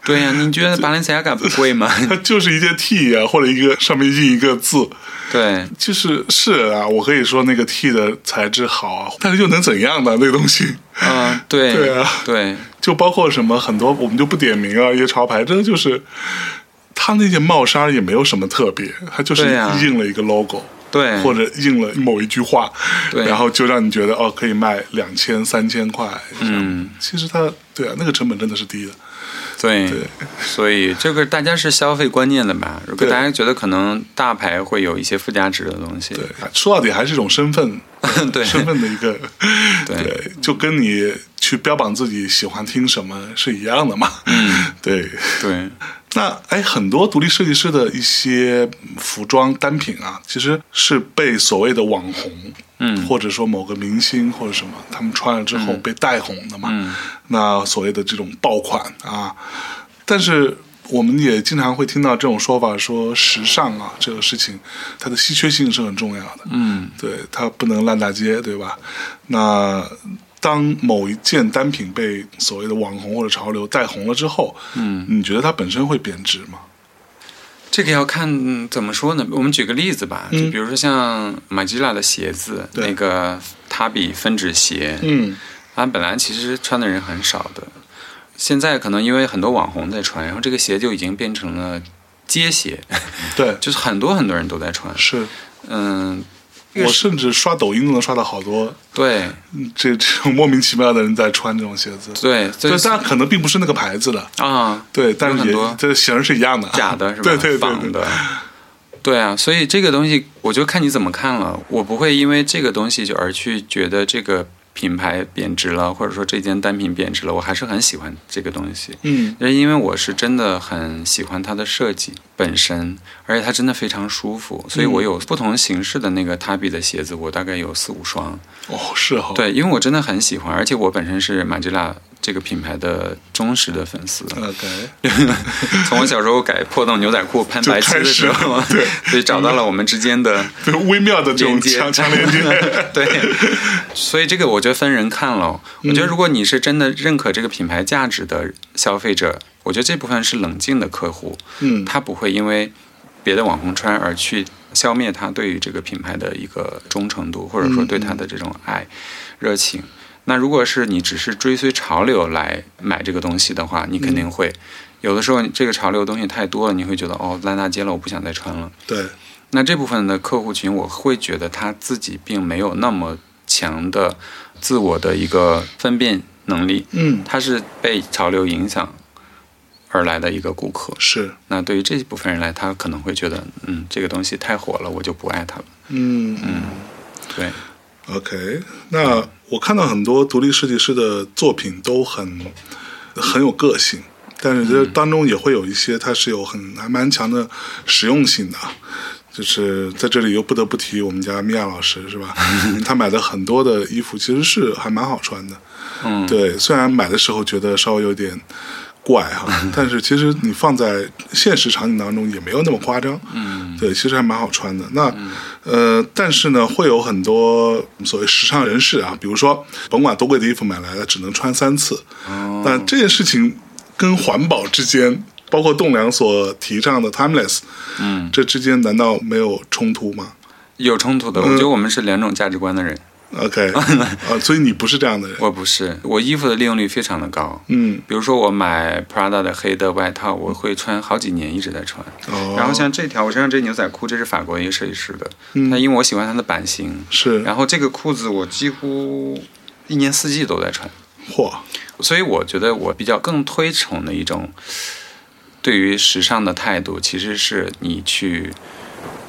S2: 对呀、你觉 得巴伦西亚嘎不贵吗？
S1: 它就是一件 T 啊，或者一个上面印一个字，
S2: 对，
S1: 就是是啊，我可以说那个 T 的材质好啊，但是又能怎样呢？那个东西，
S2: 嗯、对，
S1: 对啊
S2: 对
S1: 就包括什么很多我们就不点名啊，一些潮牌，真的就是他那件帽衫也没有什么特别，它就是
S2: 对啊
S1: 印了一个 logo、
S2: 对
S1: 或者印了某一句话，
S2: 对
S1: 然后就让你觉得哦可以卖两千三千块，这样
S2: 嗯，
S1: 其实它对啊，那个成本真的是低的，
S2: 对，
S1: 对
S2: 所以这个大家是消费观念的吧？如果
S1: 对
S2: 大家觉得可能大牌会有一些附加值的东西，
S1: 对， 说到底还是一种身份，
S2: 对
S1: 身份的一个，
S2: 对
S1: 就跟你去标榜自己喜欢听什么是一样的嘛。嗯， 对。
S2: 对
S1: 那哎，很多独立设计师的一些服装单品啊，其实是被所谓的网红，
S2: 嗯
S1: 或者说某个明星或者什么，他们穿了之后被带红的嘛。
S2: 嗯
S1: 那所谓的这种爆款啊，但是我们也经常会听到这种说法，说时尚啊这个事情，它的稀缺性是很重要的。
S2: 嗯，
S1: 对，它不能烂大街，对吧？那当某一件单品被所谓的网红或者潮流带红了之后，嗯，你觉得它本身会贬值吗？
S2: 这个要看嗯怎么说呢？我们举个例子吧，
S1: 嗯
S2: 就比如说像马吉拉的鞋子，
S1: 对
S2: 那个塔比分趾鞋，
S1: 嗯
S2: 它本来其实穿的人很少的，现在可能因为很多网红在穿，然后这个鞋就已经变成了街鞋，
S1: 对，
S2: 就是很多很多人都在穿，
S1: 是，
S2: 嗯，这个
S1: 我
S2: 是
S1: 甚至刷抖音都能刷到好多
S2: 对
S1: 嗯这这种莫名其妙的人在穿这种鞋子，
S2: 对，
S1: 对
S2: 这，是
S1: 但可能并不是那个牌子的，
S2: 啊，
S1: 对，但是
S2: 很
S1: 也
S2: 多
S1: 这显然是一样的，
S2: 假的是吧？
S1: 对对对
S2: 仿
S1: 对，
S2: 的，对啊，所以这个东西我就看你怎么看了。我不会因为这个东西就而去觉得这个品牌贬值了，或者说这件单品贬值了，我还是很喜欢这个东西。
S1: 嗯
S2: 因为我是真的很喜欢它的设计本身，而且它真的非常舒服，所以我有不同形式的那个 Tabi 的鞋子，我大概有四五双。
S1: 哦是哈，
S2: 对，因为我真的很喜欢，而且我本身是马吉拉这个品牌的忠实的粉丝，
S1: ，OK，
S2: 从我小时候改破洞牛仔裤攀白漆的时候，对， 所以找到了我们之间的
S1: 对微妙的嗯这种
S2: 连接
S1: 强强 连接，
S2: 对，所以这个我觉得分人看了。我
S1: 嗯
S2: 觉得如果你是真的认可这个品牌价值的消费者，我觉得这部分是冷静的客户，
S1: 嗯
S2: 他不会因为别的网红穿而去消灭他对于这个品牌的一个忠诚度，或者
S1: 嗯
S2: 说对他的这种爱、热情。那如果是你只是追随潮流来买这个东西的话，你肯定
S1: 嗯
S2: 会、有的时候这个潮流的东西太多了，你会觉得哦烂大街了，我不想再穿了。
S1: 对，
S2: 那这部分的客户群，我会觉得他自己并没有那么强的自我的一个分辨能力，
S1: 嗯
S2: 他是被潮流影响而来的一个顾客。
S1: 是，
S2: 那对于这部分人来，他可能会觉得，嗯，这个东西太火了，我就不爱它了。
S1: 嗯
S2: 对，
S1: OK，那我看到很多独立设计师的作品都很很有个性，但是这当中也会有一些它是有很还蛮强的实用性的啊。就是在这里又不得不提我们家米娅老师是吧？她买的很多的衣服其实是还蛮好穿的，
S2: 嗯，
S1: 对，虽然买的时候觉得稍微有点怪 哈，但是其实你放在现实场景当中也没有那么夸张。嗯，对，其实还蛮好穿的。那、
S2: 嗯
S1: 呃，但是呢，会有很多所谓时尚人士啊，比如说甭管多贵的衣服买来了，只能穿三次。
S2: 哦
S1: 那这件事情跟环保之间。包括栋梁所提倡的 timeless，
S2: 嗯，
S1: 这之间难道没有冲突吗
S2: 有冲突的。我觉得我们是两种价值观的人，
S1: ？OK，啊、所以你不是这样的人，
S2: 我不是，我衣服的利用率非常的高。
S1: 嗯，
S2: 比如说，我买 Prada 的黑的外套，我会穿好几年，一直在穿。
S1: 哦，
S2: 然后像这条，我身上这牛仔裤，这是法国一个设计师的，他因为我喜欢它的版型，
S1: 是
S2: 然后这个裤子我几乎一年四季都在穿，
S1: 嚯，
S2: 所以我觉得我比较更推崇的一种对于时尚的态度，其实是你去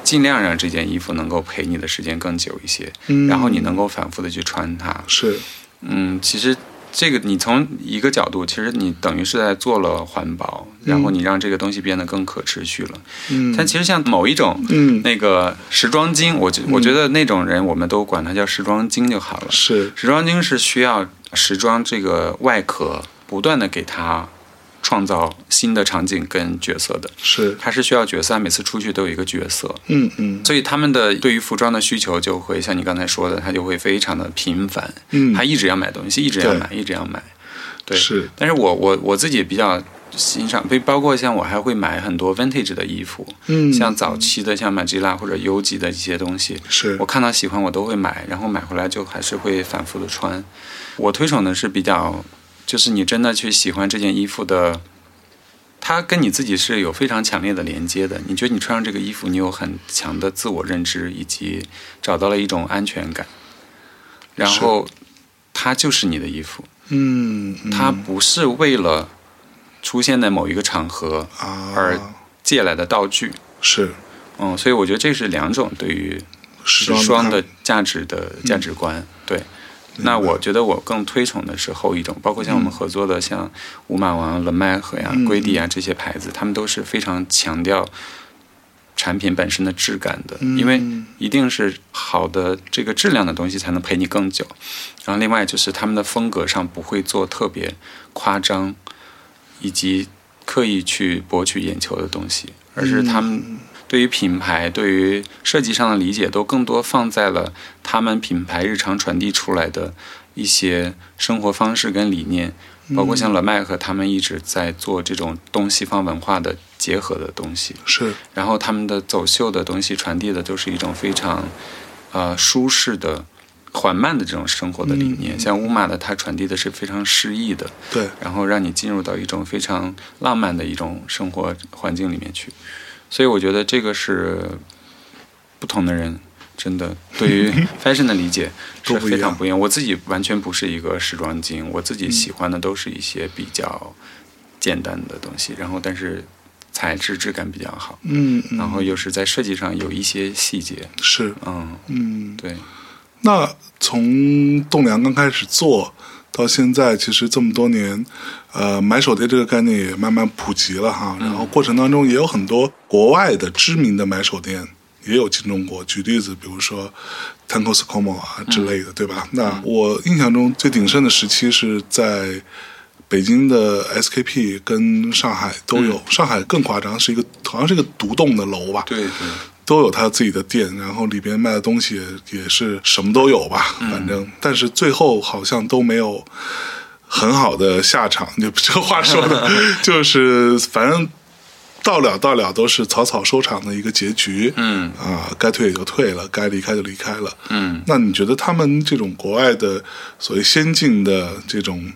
S2: 尽量让这件衣服能够陪你的时间更久一些，
S1: 嗯
S2: 然后你能够反复的去穿它，
S1: 是
S2: 嗯，其实这个你从一个角度，其实你等于是在做了环保，然后你让这个东西变得更可持续了。
S1: 嗯
S2: 但其实像某一种。
S1: 嗯，
S2: 那个时装精，我觉我觉得那种人，我们都管他叫时装精就好了。
S1: 是
S2: 时装精是需要时装这个外壳不断的给他创造新的场景跟角色的，
S1: 是，
S2: 他是需要角色，他每次出去都有一个角色，
S1: 嗯嗯
S2: 所以他们的对于服装的需求就会像你刚才说的，他就会非常的频繁。
S1: 嗯，
S2: 他一直要买东西，一直要
S1: 对
S2: 买，一直要买。对，
S1: 是
S2: 但是我我我自己比较欣赏，被包括像我还会买很多 vintage 的衣服，
S1: 嗯
S2: 像早期的像马吉拉或者优级的一些东西，
S1: 是
S2: 我看到喜欢我都会买，然后买回来就还是会反复的穿。我推崇的是比较，就是你真的去喜欢这件衣服的。它跟你自己是有非常强烈的连接的。你觉得你穿上这个衣服，你有很强的自我认知，以及找到了一种安全感。然
S1: 是
S2: 后，它就是你的衣服，
S1: 嗯嗯
S2: 它不是为了出现在某一个场合
S1: 啊
S2: 而借来的道具。
S1: 是
S2: 嗯，所以我觉得这是两种对于
S1: 时
S2: 时装的嗯
S1: 看
S2: 价值的价值观。对，那我觉得我更推崇的是后一种，包括像我们合作的像五马王、冷麦和呀
S1: 嗯、
S2: 龟地啊这些牌子，他们都是非常强调产品本身的质感的，
S1: 嗯
S2: 因为一定是好的这个质量的东西才能陪你更久。然后另外就是他们的风格上不会做特别夸张，以及刻意去博取眼球的东西，而是他们对于品牌、对于设计上的理解，都更多放在了他们品牌日常传递出来的一些生活方式跟理念，
S1: 嗯
S2: 包括像 l 麦和他们一直在做这种东西方文化的结合的东西。
S1: 嗯是
S2: 然后他们的走秀的东西传递的都是一种非常呃舒适的、缓慢的这种生活的理念。像乌玛的，它传递的是非常诗意的，
S1: 对
S2: 然后让你进入到一种非常浪漫的一种生活环境里面去。所以我觉得这个是不同的人真的 对于 fashion 的理解
S1: 都
S2: 是
S1: 不一
S2: 非常
S1: 样
S2: 不一样。我自己完全不是一个时装精，我自己喜欢的都是一些比较简单的东西，然后但是材质质感比较好，
S1: 嗯，嗯
S2: 然后又是在设计上有一些细节，
S1: 是，
S2: 嗯，
S1: 嗯，
S2: 对，
S1: 那从栋梁刚开始做到现在，其实这么多年，呃，买手店这个概念也慢慢普及了哈。然后过程当中也有很多国外的知名的买手店也有进中国。举例子，比如说 Tankos Como 啊之类的，对吧？那我印象中最鼎盛的时期是在。北京的 SKP 跟上海都有，上海更夸张，是一个好像是一个独栋的楼吧？
S2: 对对。
S1: 都有他自己的店，然后里边卖的东西也也是什么都有吧，
S2: 嗯
S1: 反正，但是最后好像都没有很好的下场。就这话说 的，就是反正到了到了都是草草收场的一个结局。
S2: 嗯
S1: 啊，该退也就退了，该离开就离开了。
S2: 嗯，
S1: 那你觉得他们这种国外的所谓先进的这种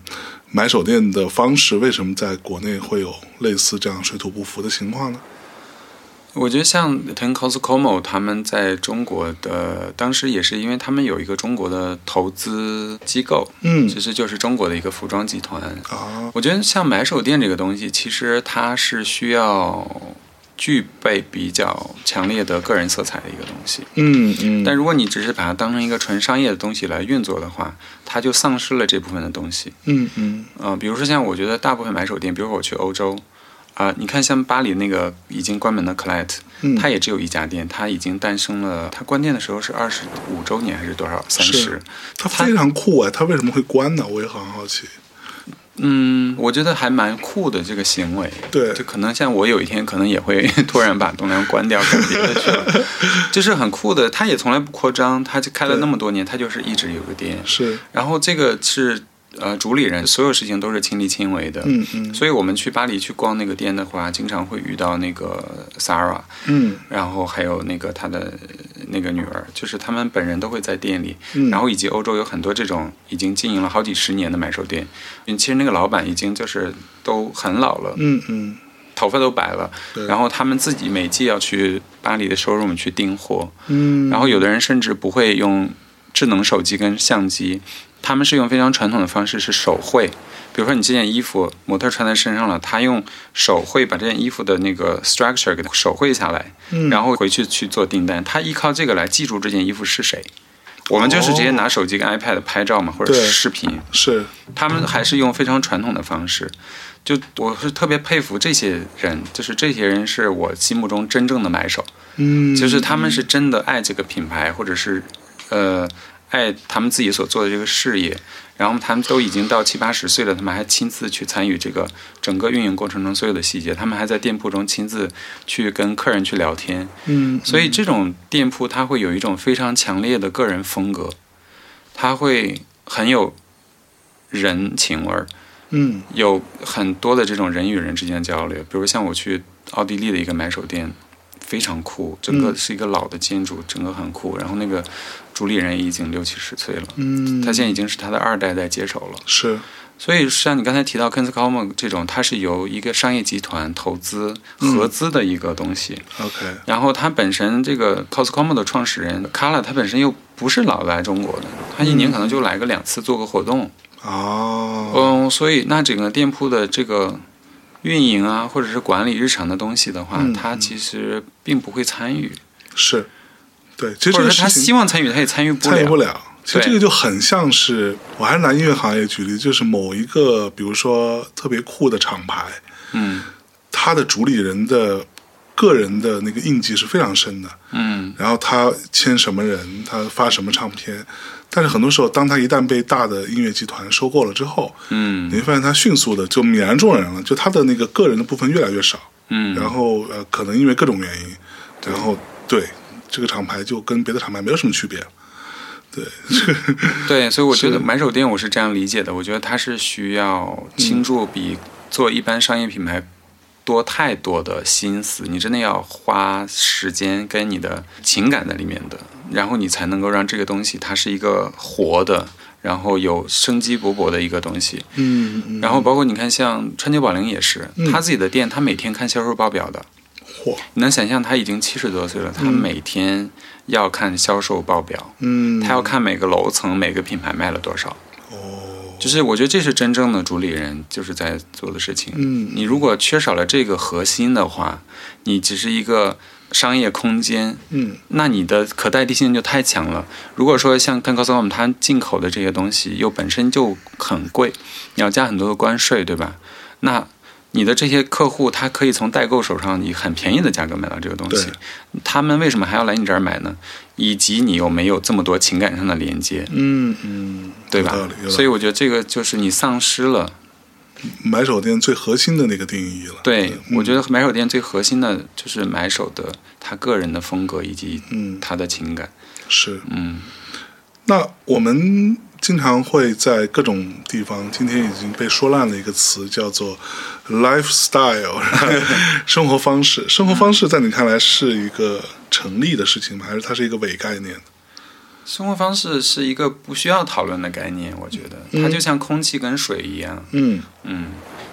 S1: 买手店的方式，为什么在国内会有类似这样水土不服的情况呢？
S2: 我觉得像 Ten Cos Como 他们在中国的当时也是因为他们有一个中国的投资机构，
S1: 嗯
S2: 其实就是中国的一个服装集团，
S1: 啊，
S2: 我觉得像买手店这个东西，其实它是需要具备比较强烈的个人色彩的一个东西。
S1: 嗯嗯，
S2: 但如果你只是把它当成一个纯商业的东西来运作的话，它就丧失了这部分的东西。
S1: 嗯嗯
S2: 嗯、比如说像我觉得大部分买手店，比如说我去欧洲，啊、你看像巴黎那个已经关门的 Colette，
S1: 嗯，
S2: 它也只有一家店，它已经诞生了，它关店的时候是二十五周年还是多少？三十
S1: 是。它非常酷哎，它为什么会关呢？我也很好奇。
S2: 嗯，我觉得还蛮酷的这个行为。
S1: 对
S2: 就可能像我有一天可能也会 突然把东梁关掉，干别的去 了，就是很酷的。他也从来不扩张，他就开了那么多年，他就是一直有个店。
S1: 是，
S2: 然后这个是呃主理人，所有事情都是亲力亲为的。
S1: 嗯嗯
S2: 所以我们去巴黎去逛那个店的话，经常会遇到那个 Sara，
S1: 嗯
S2: 然后还有那个他的呃那个女儿，就是他们本人都会在店里，
S1: 嗯
S2: 然后以及欧洲有很多这种已经经营了好几十年的买手店，嗯其实那个老板已经就是都很老了，
S1: 嗯嗯，
S2: 头发都白了，
S1: 对
S2: 然后他们自己每季要去巴黎的 showroom 去订货，
S1: 嗯，
S2: 然后有的人甚至不会用智能手机跟相机，他们是用非常传统的方式，是手绘。比如说你这件衣服模特穿在身上了，他用手绘把这件衣服的那个 structure 给它手绘下来，
S1: 嗯
S2: 然后回去去做订单。他依靠这个来记住这件衣服是谁。我们就是直接拿手机跟 iPad 拍照嘛，或者
S1: 哦对
S2: 是视频。
S1: 是，
S2: 他们还是用非常传统的方式。就我是特别佩服这些人，就是这些人是我心目中真正的买手。
S1: 嗯，
S2: 就是他们是真的爱这个品牌，或者是呃爱他们自己所做的这个事业。然后他们都已经到七八十岁了，他们还亲自去参与这个整个运营过程中所有的细节，他们还在店铺中亲自去跟客人去聊天。
S1: 嗯，
S2: 所以这种店铺它会有一种非常强烈的个人风格，它会很有人情味儿。
S1: 嗯
S2: 有很多的这种人与人之间的交流，比如像我去奥地利的一个买手店，非常酷，整个
S1: 嗯
S2: 是一个老的建筑，整个很酷。然后那个主理人已经六七十岁了，
S1: 嗯，
S2: 他现在已经是他的二代在接手了。
S1: 是，
S2: 所以像你刚才提到 k e n s c o m 这种，它是由一个商业集团投资
S1: 嗯
S2: 合资的一个东西，
S1: OK，
S2: 然后他本身这个 Coscomo 的创始人 Kala，他本身又不是老来中国的，他一年可能就来个两次做个活动，
S1: 哦，
S2: 嗯，所以那整个店铺的这个运营啊，或者是管理日常的东西的话，
S1: 嗯
S2: 他其实并不会参与，
S1: 是，对，其实这
S2: 或者
S1: 个
S2: 是他
S1: 事
S2: 希
S1: 情
S2: 望参与，他也参与不了。
S1: 参与不了。其实
S2: 对
S1: 这个就很像是，我还是拿音乐行业举例，就是某一个，比如说特别酷的厂牌，
S2: 嗯
S1: 它的主理人的个人的那个印记是非常深的。
S2: 嗯，
S1: 然后他签什么人，他发什么唱片。但是很多时候，当他一旦被大的音乐集团收购了之后，
S2: 嗯
S1: 你会发现他迅速的就泯然众人了，就他的那个个人的部分越来越少。
S2: 嗯，
S1: 然后呃，可能因为各种原因，然后对这个厂牌就跟别的厂牌没有什么区别。
S2: 对，所以我觉
S1: 是嗯
S2: 得买手店我是这样理解的，我觉得它是需要倾注比做一般商业品牌多太多的心思，你真的要花时间跟你的情感在里面的，然后你才能够让这个东西它是一个活的，然后有生机勃勃的一个东西。
S1: 嗯嗯，
S2: 然后包括你看，像川久保玲也是
S1: 嗯，
S2: 她自己的店，她每天看销售报表的，
S1: 嚯，
S2: 你能想象他已经七十多岁了，他
S1: 嗯
S2: 每天要看销售报表，
S1: 嗯，
S2: 他要看每个楼层、每个品牌卖了多少。
S1: 哦，
S2: 就是我觉得这是真正的主理人就是在做的事情。
S1: 嗯
S2: 你如果缺少了这个核心的话，你只是一个商业空间，
S1: 嗯
S2: 那你的可代替性就太强了。如果说像看 Costco 它进口的这些东西又本身就很贵，你要加很多的关税，对吧？那你的这些客户，他可以从代购手上以很便宜的价格买到这个东西
S1: 对，
S2: 他们为什么还要来你这儿买呢？以及你又没有这么多情感上的连接，
S1: 嗯嗯，
S2: 对
S1: 有道
S2: 吧
S1: 理有道？理
S2: 所以我觉得这个就是你丧失了
S1: 买手店最核心的那个定义了。
S2: 对，我觉
S1: 得，
S2: 得买手店最核心的就是买手的他个人的风格以及
S1: 嗯，
S2: 他的情感。
S1: 是。
S2: 嗯
S1: 那我们经常会在各种地方，今天已经被说烂了一个词，叫做 lifestyle，生活方
S2: 嗯
S1: 式。生活方式在你看来是一个成立的事情吗？还是它是一个伪概念？
S2: 生活方式是一个不需要讨论的概念，我觉得
S1: 嗯
S2: 它就像空气跟水一样。
S1: 嗯，
S2: 嗯，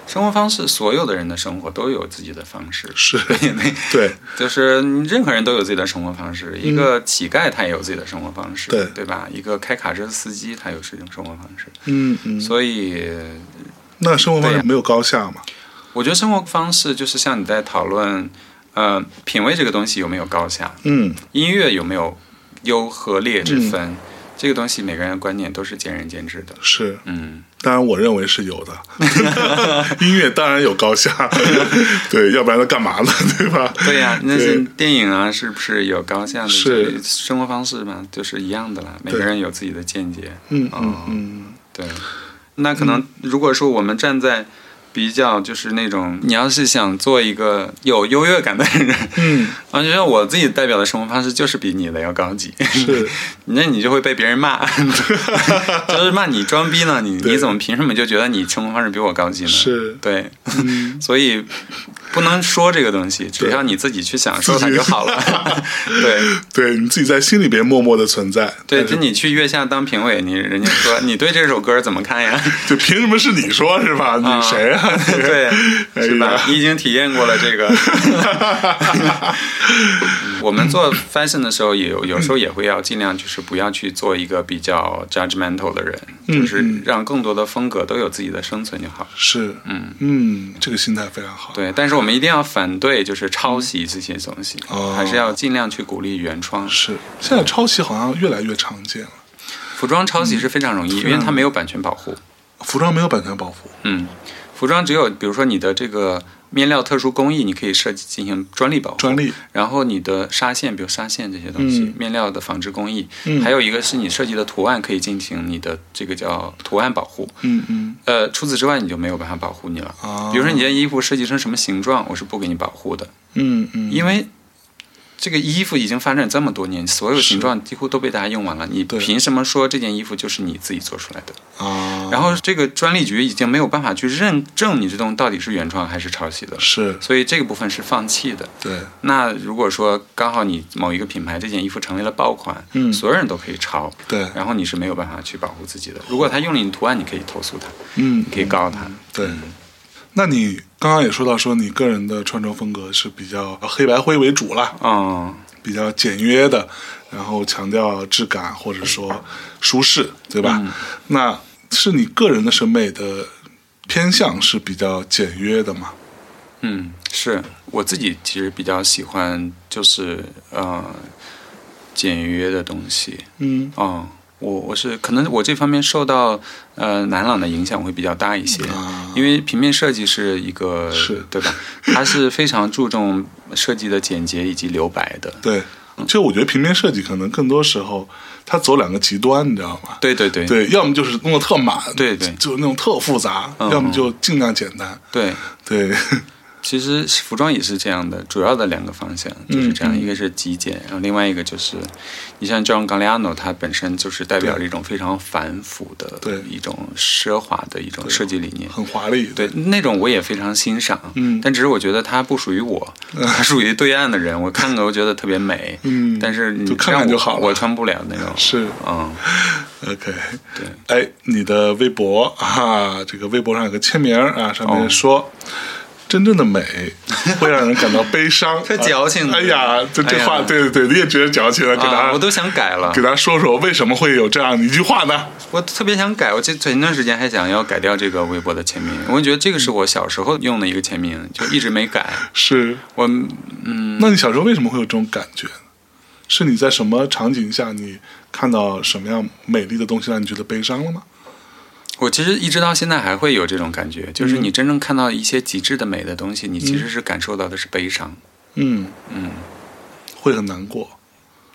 S2: 生活方式，所有的人的生活都有自己的方式，
S1: 是，
S2: 对，
S1: 对，
S2: 就是任何人都有自己的生活方式。一个乞丐他也有自己的生活方式，
S1: 嗯对
S2: 对吧？一个开卡车司机他有是一种生活方式，
S1: 嗯嗯。
S2: 所以
S1: 那生活方
S2: 对
S1: 式
S2: 呀
S1: 没有高下嘛？
S2: 我觉得生活方式就是像你在讨论，呃，品味这个东西有没有高下，
S1: 嗯，
S2: 音乐有没有优和劣之分，这个东西每个人的观点都是见仁见智的。
S1: 是。
S2: 嗯，
S1: 当然，我认为是有的。 音乐当然有高下， 对，要不然它干嘛呢？ 对吧？
S2: 对呀、那是
S1: 对
S2: 电影啊，是不是有高下的？
S1: 是
S2: 就是生活方式嘛，就是一样的啦。每个人有自己的见解。
S1: 嗯嗯
S2: 哦
S1: 嗯，
S2: 对，那可能如果说我们站在比较就是那种，你要是想做一个有优越感的人，
S1: 嗯，
S2: 啊，就像我自己代表的生活方式就是比你的要高级。
S1: 是，
S2: 那你就会被别 人骂，就是骂你装逼呢，你
S1: 对
S2: 你怎么凭什么就觉得你生活方式比我高级呢？
S1: 是
S2: 对，
S1: 嗯，
S2: 所以不能说这个东西，只要你自己去享受它
S1: 自己
S2: 就好了。 对
S1: 对，你自己在心里边默默的存在。
S2: 对，
S1: 但是
S2: 就你去月下当评委，你人家说你对这首歌怎么看呀？
S1: 就凭什么是你说是吧？你谁 啊？
S2: 对，
S1: 哎呀
S2: 是吧？你已经体验过 了这个。我们做 fashion 的时候，也有有时候也会要尽量就是不要去做一个比较 judgmental 的人，
S1: 嗯
S2: 就是让更多的风格都有自己的生存就好。
S1: 是，
S2: 嗯，
S1: 嗯，这个心态非常好。
S2: 对，但是我们一定要反对就是抄袭这些东西，
S1: 哦
S2: 还是要尽量去鼓励原创。
S1: 是，现在抄袭好像越来越常见了。
S2: 服装抄袭是非常容易，
S1: 嗯
S2: 因为它没有版权保护。
S1: 服装没有版权保护，
S2: 嗯，服装只有比如说你的这个面料特殊工艺，你可以设计进行专利保护。
S1: 专利
S2: 然后你的纱线，比如纱线这些东西，
S1: 嗯
S2: 面料的纺织工艺，
S1: 嗯
S2: 还有一个是你设计的图案可以进行你的这个叫图案保护。
S1: 嗯嗯
S2: 呃，除此之外你就没有办法保护你了。
S1: 啊，
S2: 比如说你这件衣服设计成什么形状，我是不给你保护的，
S1: 嗯嗯，
S2: 因为这个衣服已经发展这么多年，所有
S1: 是
S2: 形状几乎都被大家用完了，你
S1: 对
S2: 凭什么说这件衣服就是你自己做出来的？
S1: 啊，
S2: 然后这个专利局已经没有办法去认证你这东西到底是原创还是抄袭的了，
S1: 是
S2: 所以这个部分是放弃的。
S1: 对，
S2: 那如果说刚好你某一个品牌这件衣服成为了爆款，
S1: 嗯
S2: 所有人都可以抄，
S1: 对，
S2: 然后你是没有办法去保护自己的。如果他用了你的图案，你可以投诉他，
S1: 嗯
S2: 你可以告他。
S1: 对。那你刚刚也说到说你个人的穿着风格是比较黑白灰为主啦，
S2: 嗯，
S1: 比较简约的，然后强调质感或者说舒适，对吧？
S2: 嗯
S1: 那是你个人的审美的偏向是比较简约的嘛？
S2: 嗯，是我自己其实比较喜欢，就是呃，简约的东西。
S1: 嗯
S2: 哦，我我是可能我这方面受到呃南朗的影响会比较大一些，
S1: 啊，
S2: 因为平面设计是一个
S1: 是
S2: 对吧？它是非常注重设计的简洁以及留白的。
S1: 对，就我觉得平面设计可能更多时候它走两个极端，你知道吗？
S2: 对对对
S1: 对，要么就是弄得特满，
S2: 对对
S1: 就那种特复杂，
S2: 嗯
S1: 要么就尽量简单，
S2: 对
S1: 对，
S2: 其实服装也是这样的，主要的两个方向
S1: 嗯
S2: 就是这样，一个是极简，然后另外一个就是，你像 John Galliano，他本身就是代表了一种非常繁复的
S1: 对
S2: 一种奢华的一种设计理念。
S1: 很华丽，
S2: 对，那种我也非常欣赏，
S1: 嗯
S2: 但只是我觉得它不属 于我，它属于对岸的人。我看过，我觉得特别美，
S1: 嗯
S2: 但是你
S1: 就看看
S2: 让我
S1: 就好了
S2: 我穿不了那 种，
S1: 是
S2: 嗯，
S1: OK，
S2: 对，
S1: 哎，你的微博啊，这个微博上有个签名啊，上面
S2: 哦
S1: 说：“真正的美会让人感到悲伤。
S2: 特矫情的
S1: 哎呀，这这
S2: 哎呀
S1: 话，对对对，你也觉得矫情了，给
S2: 啊，
S1: 他
S2: 我都想改 了
S1: 给，他说说为什么会有这样一句话呢？
S2: 我特别想改。我这前段时间还想要改掉这个微博的签名，我觉得这个是我小时候用的一个签名，就一直没改。
S1: 是，
S2: 我嗯
S1: 那你小时候为什么会有这种感觉？是你在什么场景下，你看到什么样美丽的东西让你觉得悲伤了吗？
S2: 我其实一直到现在还会有这种感觉，就是你真正看到一些极致的美的东西，你其实是感受到的是悲伤。
S1: 嗯
S2: 嗯，
S1: 会很难过。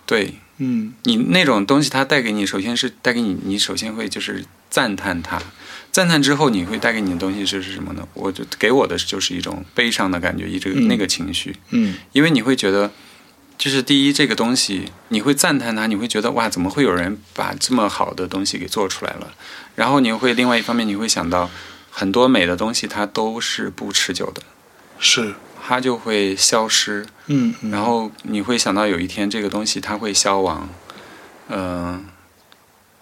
S2: 对
S1: 嗯
S2: 你那种东西，它带给你，首先是带给你，你首先会就是赞叹它，赞叹之后，你会带给你的东西是是什么呢？我就给我的就是一种悲伤的感觉，一直
S1: 嗯
S2: 那个情绪，
S1: 嗯
S2: 因为你会觉得。就是第一，这个东西你会赞叹它，你会觉得哇，怎么会有人把这么好的东西给做出来了？然后你会另外一方面，你会想到很多美的东西它都是不持久的，
S1: 是，
S2: 它就会消失。
S1: 嗯嗯
S2: 然后你会想到有一天这个东西它会消亡，嗯、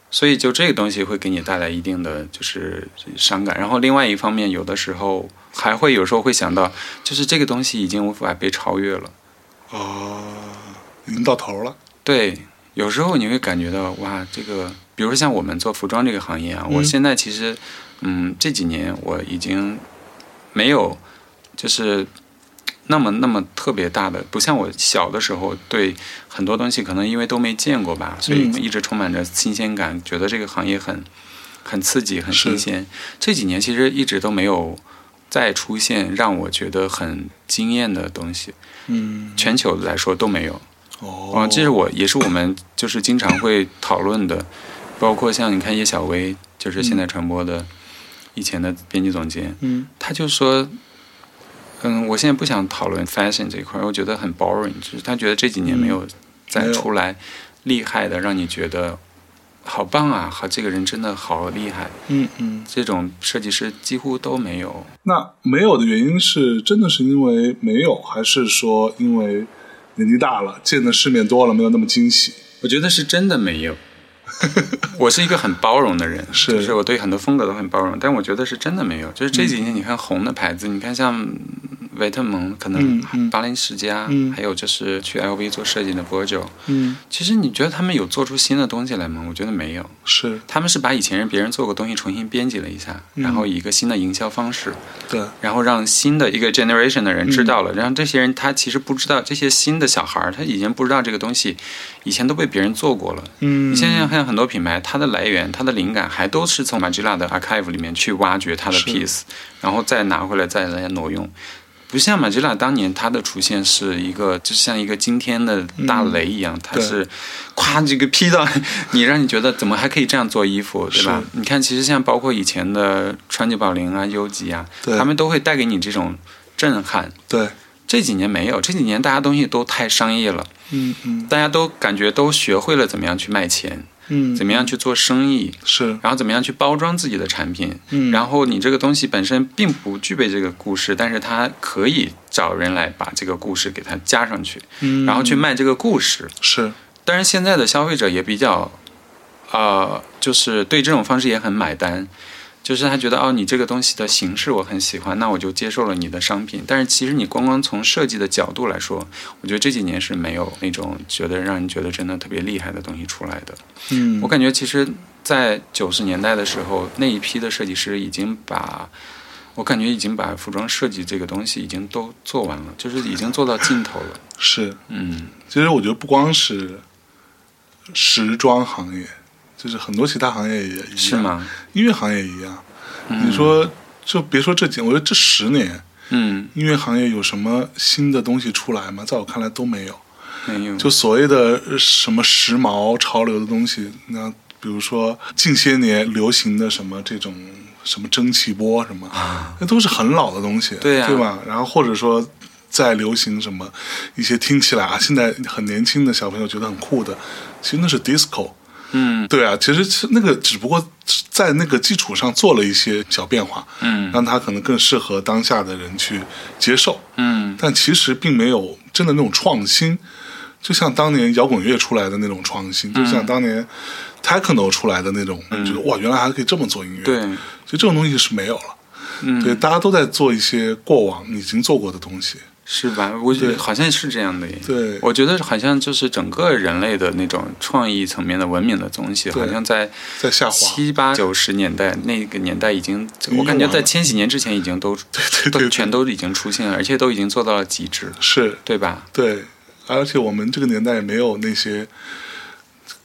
S2: 所以就这个东西会给你带来一定的就是伤感。然后另外一方面，有的时候还会有时候会想到，就是这个东西已经无法被超越了。
S1: 哦，已经到头了。
S2: 对，有时候你会感觉到哇，这个，比如说像我们做服装这个行业啊，
S1: 嗯
S2: 我现在其实，嗯，这几年我已经没有就是那么那么特别大的，不像我小的时候对很多东西可能因为都没见过吧，所以
S1: 嗯
S2: 一直充满着新鲜感，觉得这个行业很很刺激、很
S1: 是
S2: 新鲜。这几年其实一直都没有。再出现让我觉得很惊艳的东西，
S1: 嗯，
S2: 全球来说都没有。
S1: 哦，
S2: 啊，这是我也是我们就是经常会讨论的，包括像你看叶小薇，就是现在传播的以前的编辑总监，
S1: 嗯
S2: 他就说，嗯，我现在不想讨论 fashion 这一块儿，我觉得很 boring，就是他觉得这几年没
S1: 嗯
S2: 有
S1: 没
S2: 再
S1: 有
S2: 出来厉害的，让你觉得好棒啊，好这个人真的好厉害，
S1: 嗯嗯。
S2: 这种设计师几乎都没有。
S1: 那没有的原因是真的是因为没有，还是说因为年纪大了，见的世面多了，没有那么惊喜？
S2: 我觉得是真的没有。 我是一个很包容的人，
S1: 是
S2: 就是我嗯对很多风格都很包容，但我觉得是真的没有。就是这几年你看红的牌子，你看像维特蒙，可能
S1: 嗯嗯
S2: 巴黎世家，
S1: 嗯
S2: 还有就是去 LV 做设计的 Virgil，
S1: 嗯，
S2: 其实你觉得他们有做出新的东西来吗？我觉得没有，
S1: 是
S2: 他们是把以前人别人做过的东西重新编辑了一下，
S1: 嗯
S2: 然后以一个新的营销方式，
S1: 对，
S2: 然后让新的一个 generation 的人知道了，然后这些人他其实不知道，这些新的小孩儿他已经不知道这个东西以前都被别人做过了。
S1: 嗯
S2: 你现在看很多品牌，它的来源、它的灵感还都是从 Magilla 的 archive 里面去挖掘它的
S1: 是
S2: piece，然后再拿回来再来挪用。不像 Magilla 当年它的出现是一个，就像一个惊天的大雷一样，它
S1: 嗯对
S2: 是咵这个劈到你，让你觉得怎么还可以这样做衣服，对吧？你看，其实像包括以前的川久保玲啊、优吉啊，
S1: 对
S2: 他们都会带给你这种震撼。
S1: 对，
S2: 这几年没有，这几年大家东西都太商业了，
S1: 嗯嗯
S2: 大家都感觉都学会了怎么样去卖钱，
S1: 嗯，
S2: 怎么样去做生意，
S1: 是？
S2: 然后怎么样去包装自己的产品。
S1: 嗯，
S2: 然后你这个东西本身并不具备这个故事，但是它可以找人来把这个故事给它加上去，
S1: 嗯
S2: 然后去卖这个故事。
S1: 是
S2: 当然，现在的消费者也比较，呃，就是对这种方式也很买单，就是他觉得哦，你这个东西的形式我很喜欢，那我就接受了你的商品。但是其实你光光从设计的角度来说，我觉得这几年是没有那种觉得让人觉得真的特别厉害的东西出来的。
S1: 嗯，
S2: 我感觉其实，在九十年代的时候，那一批的设计师已经把。我感觉已经把服装设计这个东西已经都做完了，就是已经做到尽头了。
S1: 是。
S2: 嗯，
S1: 其实我觉得不光是时装行业，就是很多其他行业也一样，
S2: 是？吗？
S1: 音乐行业也一样。
S2: 嗯
S1: 你说，就别说这几，我觉得这十年
S2: 嗯，
S1: 音乐行业有什么新的东西出来吗？在我看来都没有。
S2: 没有，
S1: 嗯就所谓的呃什么时髦潮流的东西，那比如说近些年流行的什么这种什么蒸汽波什么，那都是很老的东西，
S2: 对呀
S1: 吧？然后或者说。在流行什么一些听起来啊，现在很年轻的小朋友觉得很酷的，其实那是 disco，
S2: 嗯
S1: 对啊，其实是那个只不过在那个基础上做了一些小变化，
S2: 嗯
S1: 让它可能更适合当下的人去接受。
S2: 嗯
S1: 但其实并没有真的那种创新，就像当年摇滚乐出来的那种创新，就
S2: 嗯
S1: 像当年 techno 出来的那种，你觉得哇，原来还可以这么做音乐，，
S2: 对，
S1: 所以这种东西是没有了。
S2: 嗯
S1: 对，大家都在做一些过往已经做过的东西，
S2: 是吧？我觉
S1: 对
S2: 得好像是这样的耶。
S1: 对，
S2: 我觉得好像就是整个人类的那种创意层面的文明的东西，
S1: 对
S2: 好像在
S1: 在下滑，
S2: 七八九十年代那个年代已经
S1: 已，经
S2: 我感觉
S1: 用完
S2: 在
S1: 了
S2: 千禧年之前已经都
S1: 对对
S2: 都
S1: 对，
S2: 全都已经出现了，而且都已经做到了极致，
S1: 是
S2: 对吧？
S1: 对，而且我们这个年代也没有那些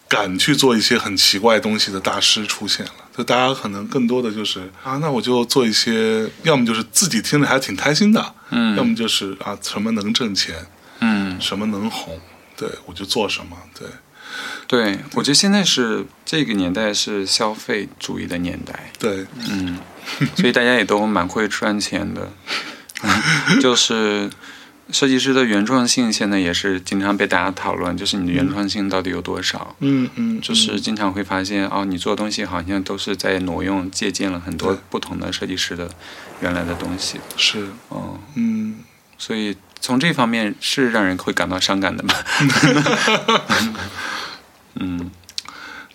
S1: 敢去做一些很奇怪东西的大师出现了，就大家可能更多的就是啊，那我就做一些，要么就是自己听着还挺开心的，要
S2: 嗯
S1: 么就是啊，什么能挣钱，
S2: 嗯，
S1: 什么能红，对我就做什么，对
S2: 对，我觉得现在是这个年代是消费主义的年代，
S1: 对，
S2: 嗯，所以大家也都蛮会赚钱的， 就是。设计师的原创性现在也是经常被大家讨论，就是你的原创性到底有多少？
S1: 嗯嗯，
S2: 就是经常会发现哦，你做的东西好像都是在挪用、借鉴了很多
S1: 对
S2: 不同的设计师的原来的东西，
S1: 是，
S2: 嗯，
S1: 嗯，
S2: 所以从这方面是让人会感到伤 感的吧。嗯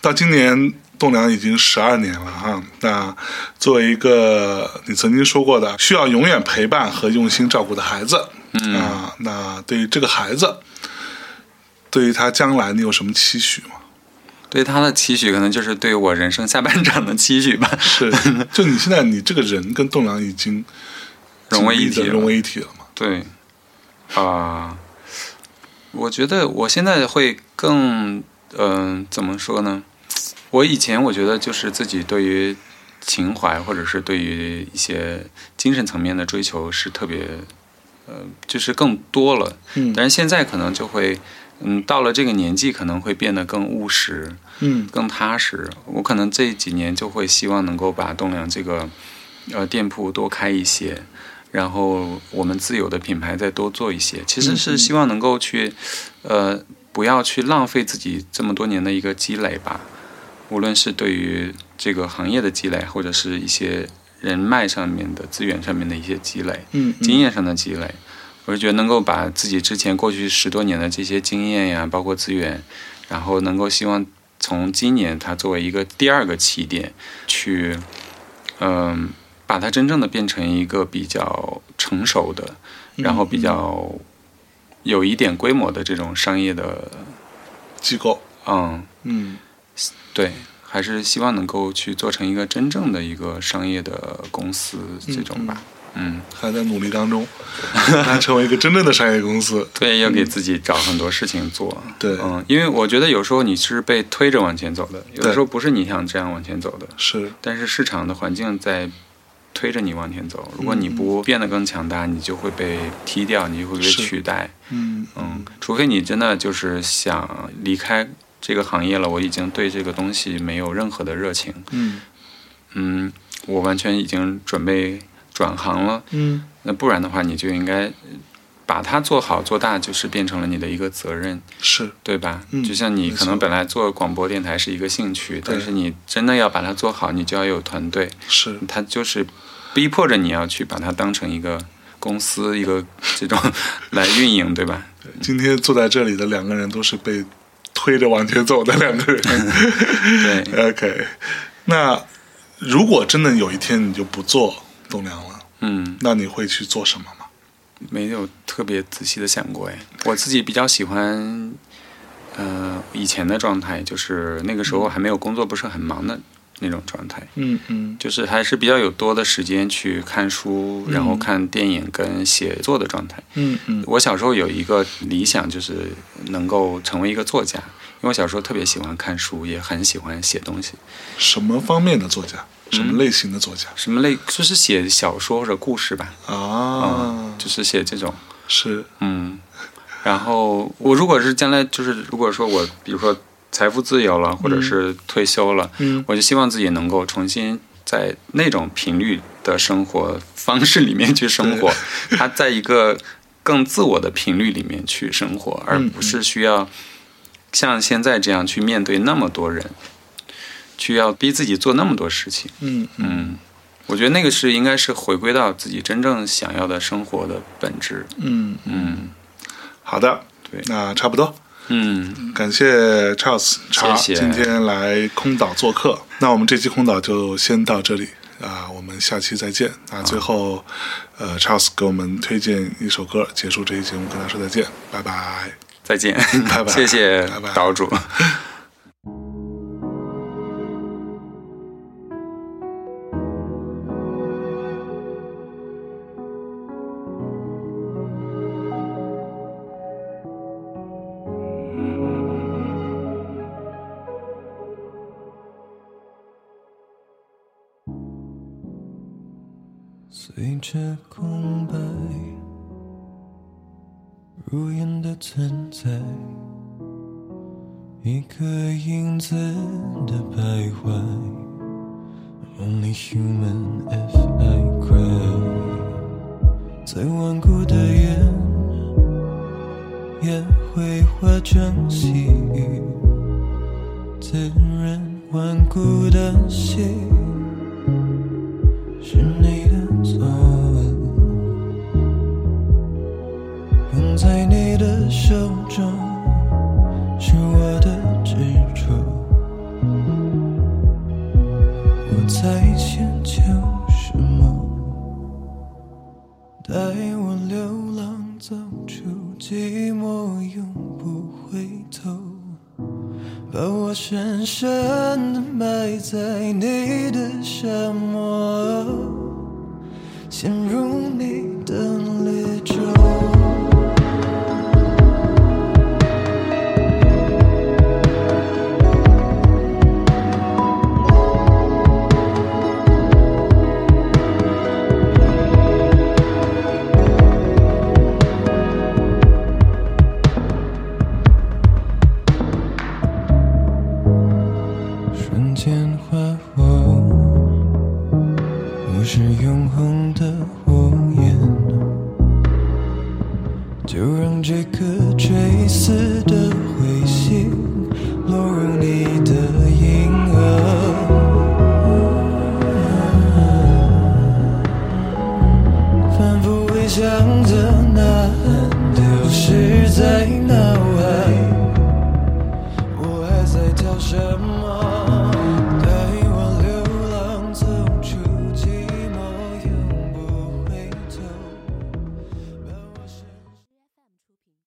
S1: 到今年栋梁已经十二年了哈。那作为一个你曾经说过的需要永远陪伴和用心照顾的孩子，
S2: 嗯
S1: 啊，那对于这个孩子，对于他将来你有什么期许吗？
S2: 对他的期许可能就是对我人生下半场的期许吧，
S1: 是，就你现在你这个人跟栋梁已经
S2: 融为一体
S1: 紧密地融
S2: 了。
S1: 为一体了嘛？
S2: 对，啊、我觉得我现在会更，嗯、怎么说呢？我以前我觉得就是自己对于情怀或者是对于一些精神层面的追求是特别，呃，就是更多了。
S1: 嗯
S2: 但是现在可能就会，嗯，到了这个年纪可能会变得更务实，
S1: 嗯
S2: 更踏实。我可能这几年就会希望能够把栋梁这个呃店铺多开一些，然后我们自有的品牌再多做一些。其实
S1: 嗯
S2: 是
S1: 嗯
S2: 希望能够去呃不要去浪费自己这么多年的一个积累吧，无论是对于这个行业的积累，或者是一些人脉上面的资源上面的一些积累。
S1: 嗯，
S2: 经
S1: 验
S2: 验上的积累。我是觉得能够把自己之前过去十多年的这些经验呀，包括资源，然后能够希望从今年它作为一个第二个起点，去，嗯、把它真正的变成一个比较成熟的，
S1: 嗯
S2: 然后比较有一点规模的这种商业的，
S1: 机构，
S2: 嗯，
S1: 嗯
S2: 对，还是希望能够去做成一个真正的一种商业的公司这种吧，嗯。
S1: 还在努力当 中，他成为一个真正的商业公司，
S2: 对，要给自己找很多事情做。
S1: 对
S2: 嗯，因为我觉得有时候你是被推着往前走的，有的时候不是你想这样往前走的，
S1: 是
S2: 但是市场的环境在推着你往前走。如果你
S1: 嗯
S2: 不变得更强大，你就会被踢掉，你就会被
S1: 是
S2: 取代。
S1: 嗯
S2: 嗯，除非你真的就是想离开这个行业了，我已经对这个东西没有任何的热情，
S1: 嗯
S2: 嗯，我完全已经准备转行了。
S1: 嗯
S2: 那不然的话，你就应该把它做好做大，就是变成了你的一个责任，
S1: 是
S2: 对吧？
S1: 嗯
S2: 就像你
S1: 没
S2: 可
S1: 错
S2: 能本来做广播电台是一个兴趣，
S1: 对
S2: 但是你真的要把它做好，你就要有团队，
S1: 是
S2: 它就是逼迫着你要去把它当成一个公司，一 个这种来运营，对吧？
S1: 今天坐在这里的两个人都是被推着往前走的两个 人。
S2: 对，
S1: OK，那如果真的有一天你就不做栋梁了，
S2: 嗯，
S1: 那你会去做什么吗？
S2: 没有特别仔细的想过哎，我自己比较喜欢。呃，以前的状态就是那个时候还没有工作，不是很忙的那种状态。
S1: 嗯嗯
S2: 就是还是比较有多的时间去看书，
S1: 嗯
S2: 然后看电影跟写作的状态。
S1: 嗯嗯
S2: 我小时候有一个理想，就是能够成为一个作家，因为我小时候特别喜欢看书，也很喜欢写东西。
S1: 什么方面的作家？什么类型的作家、
S2: 什么类，就是写小说或者故事吧，
S1: 嗯啊？
S2: 就是写这种，
S1: 是
S2: 嗯。然后我如果是将来就是如果说我比如说财富自由了，或者是退休了，
S1: 嗯
S2: 我就希望自己能够重新在那种频率的生活方式里面去生活，它在一个更自我的频率里面去生活，而
S1: 嗯
S2: 不是需要像现在这样去面对那么多人，去要逼自己做那么多事情。
S1: 嗯嗯
S2: 嗯，我觉得那个是应该是回归到自己真正想要的生活的本质。
S1: 嗯，
S2: 嗯
S1: 好的，
S2: 对
S1: 那差不多。
S2: 嗯，
S1: 感谢 Charles 查
S2: 谢谢
S1: 今天来空岛做客。那我们这期空岛就先到这里。啊、我们下期再见。那最后，呃，Charles 给我们推荐一首歌，结束这期节目，跟大家说再见，拜拜。
S2: 再见，
S1: 嗯拜拜
S2: 谢谢
S1: 拜拜
S2: 岛主。
S3: 随着空白，如烟的存在，一个影子的徘徊。I'm only human if I cry，再顽固的眼也会化成细雨，滋润顽固的心。是你的错吻，捧在你的手中，是我的执着。我在寻求什么？带我流浪，走出寂寞，永不回头。把我深深的埋在你的沙漠，陷入你的绿洲。瞬间化火，我是永恒的火焰，就让这颗垂死的彗星落入你的银河，反复回想着那岸，流逝在脑海。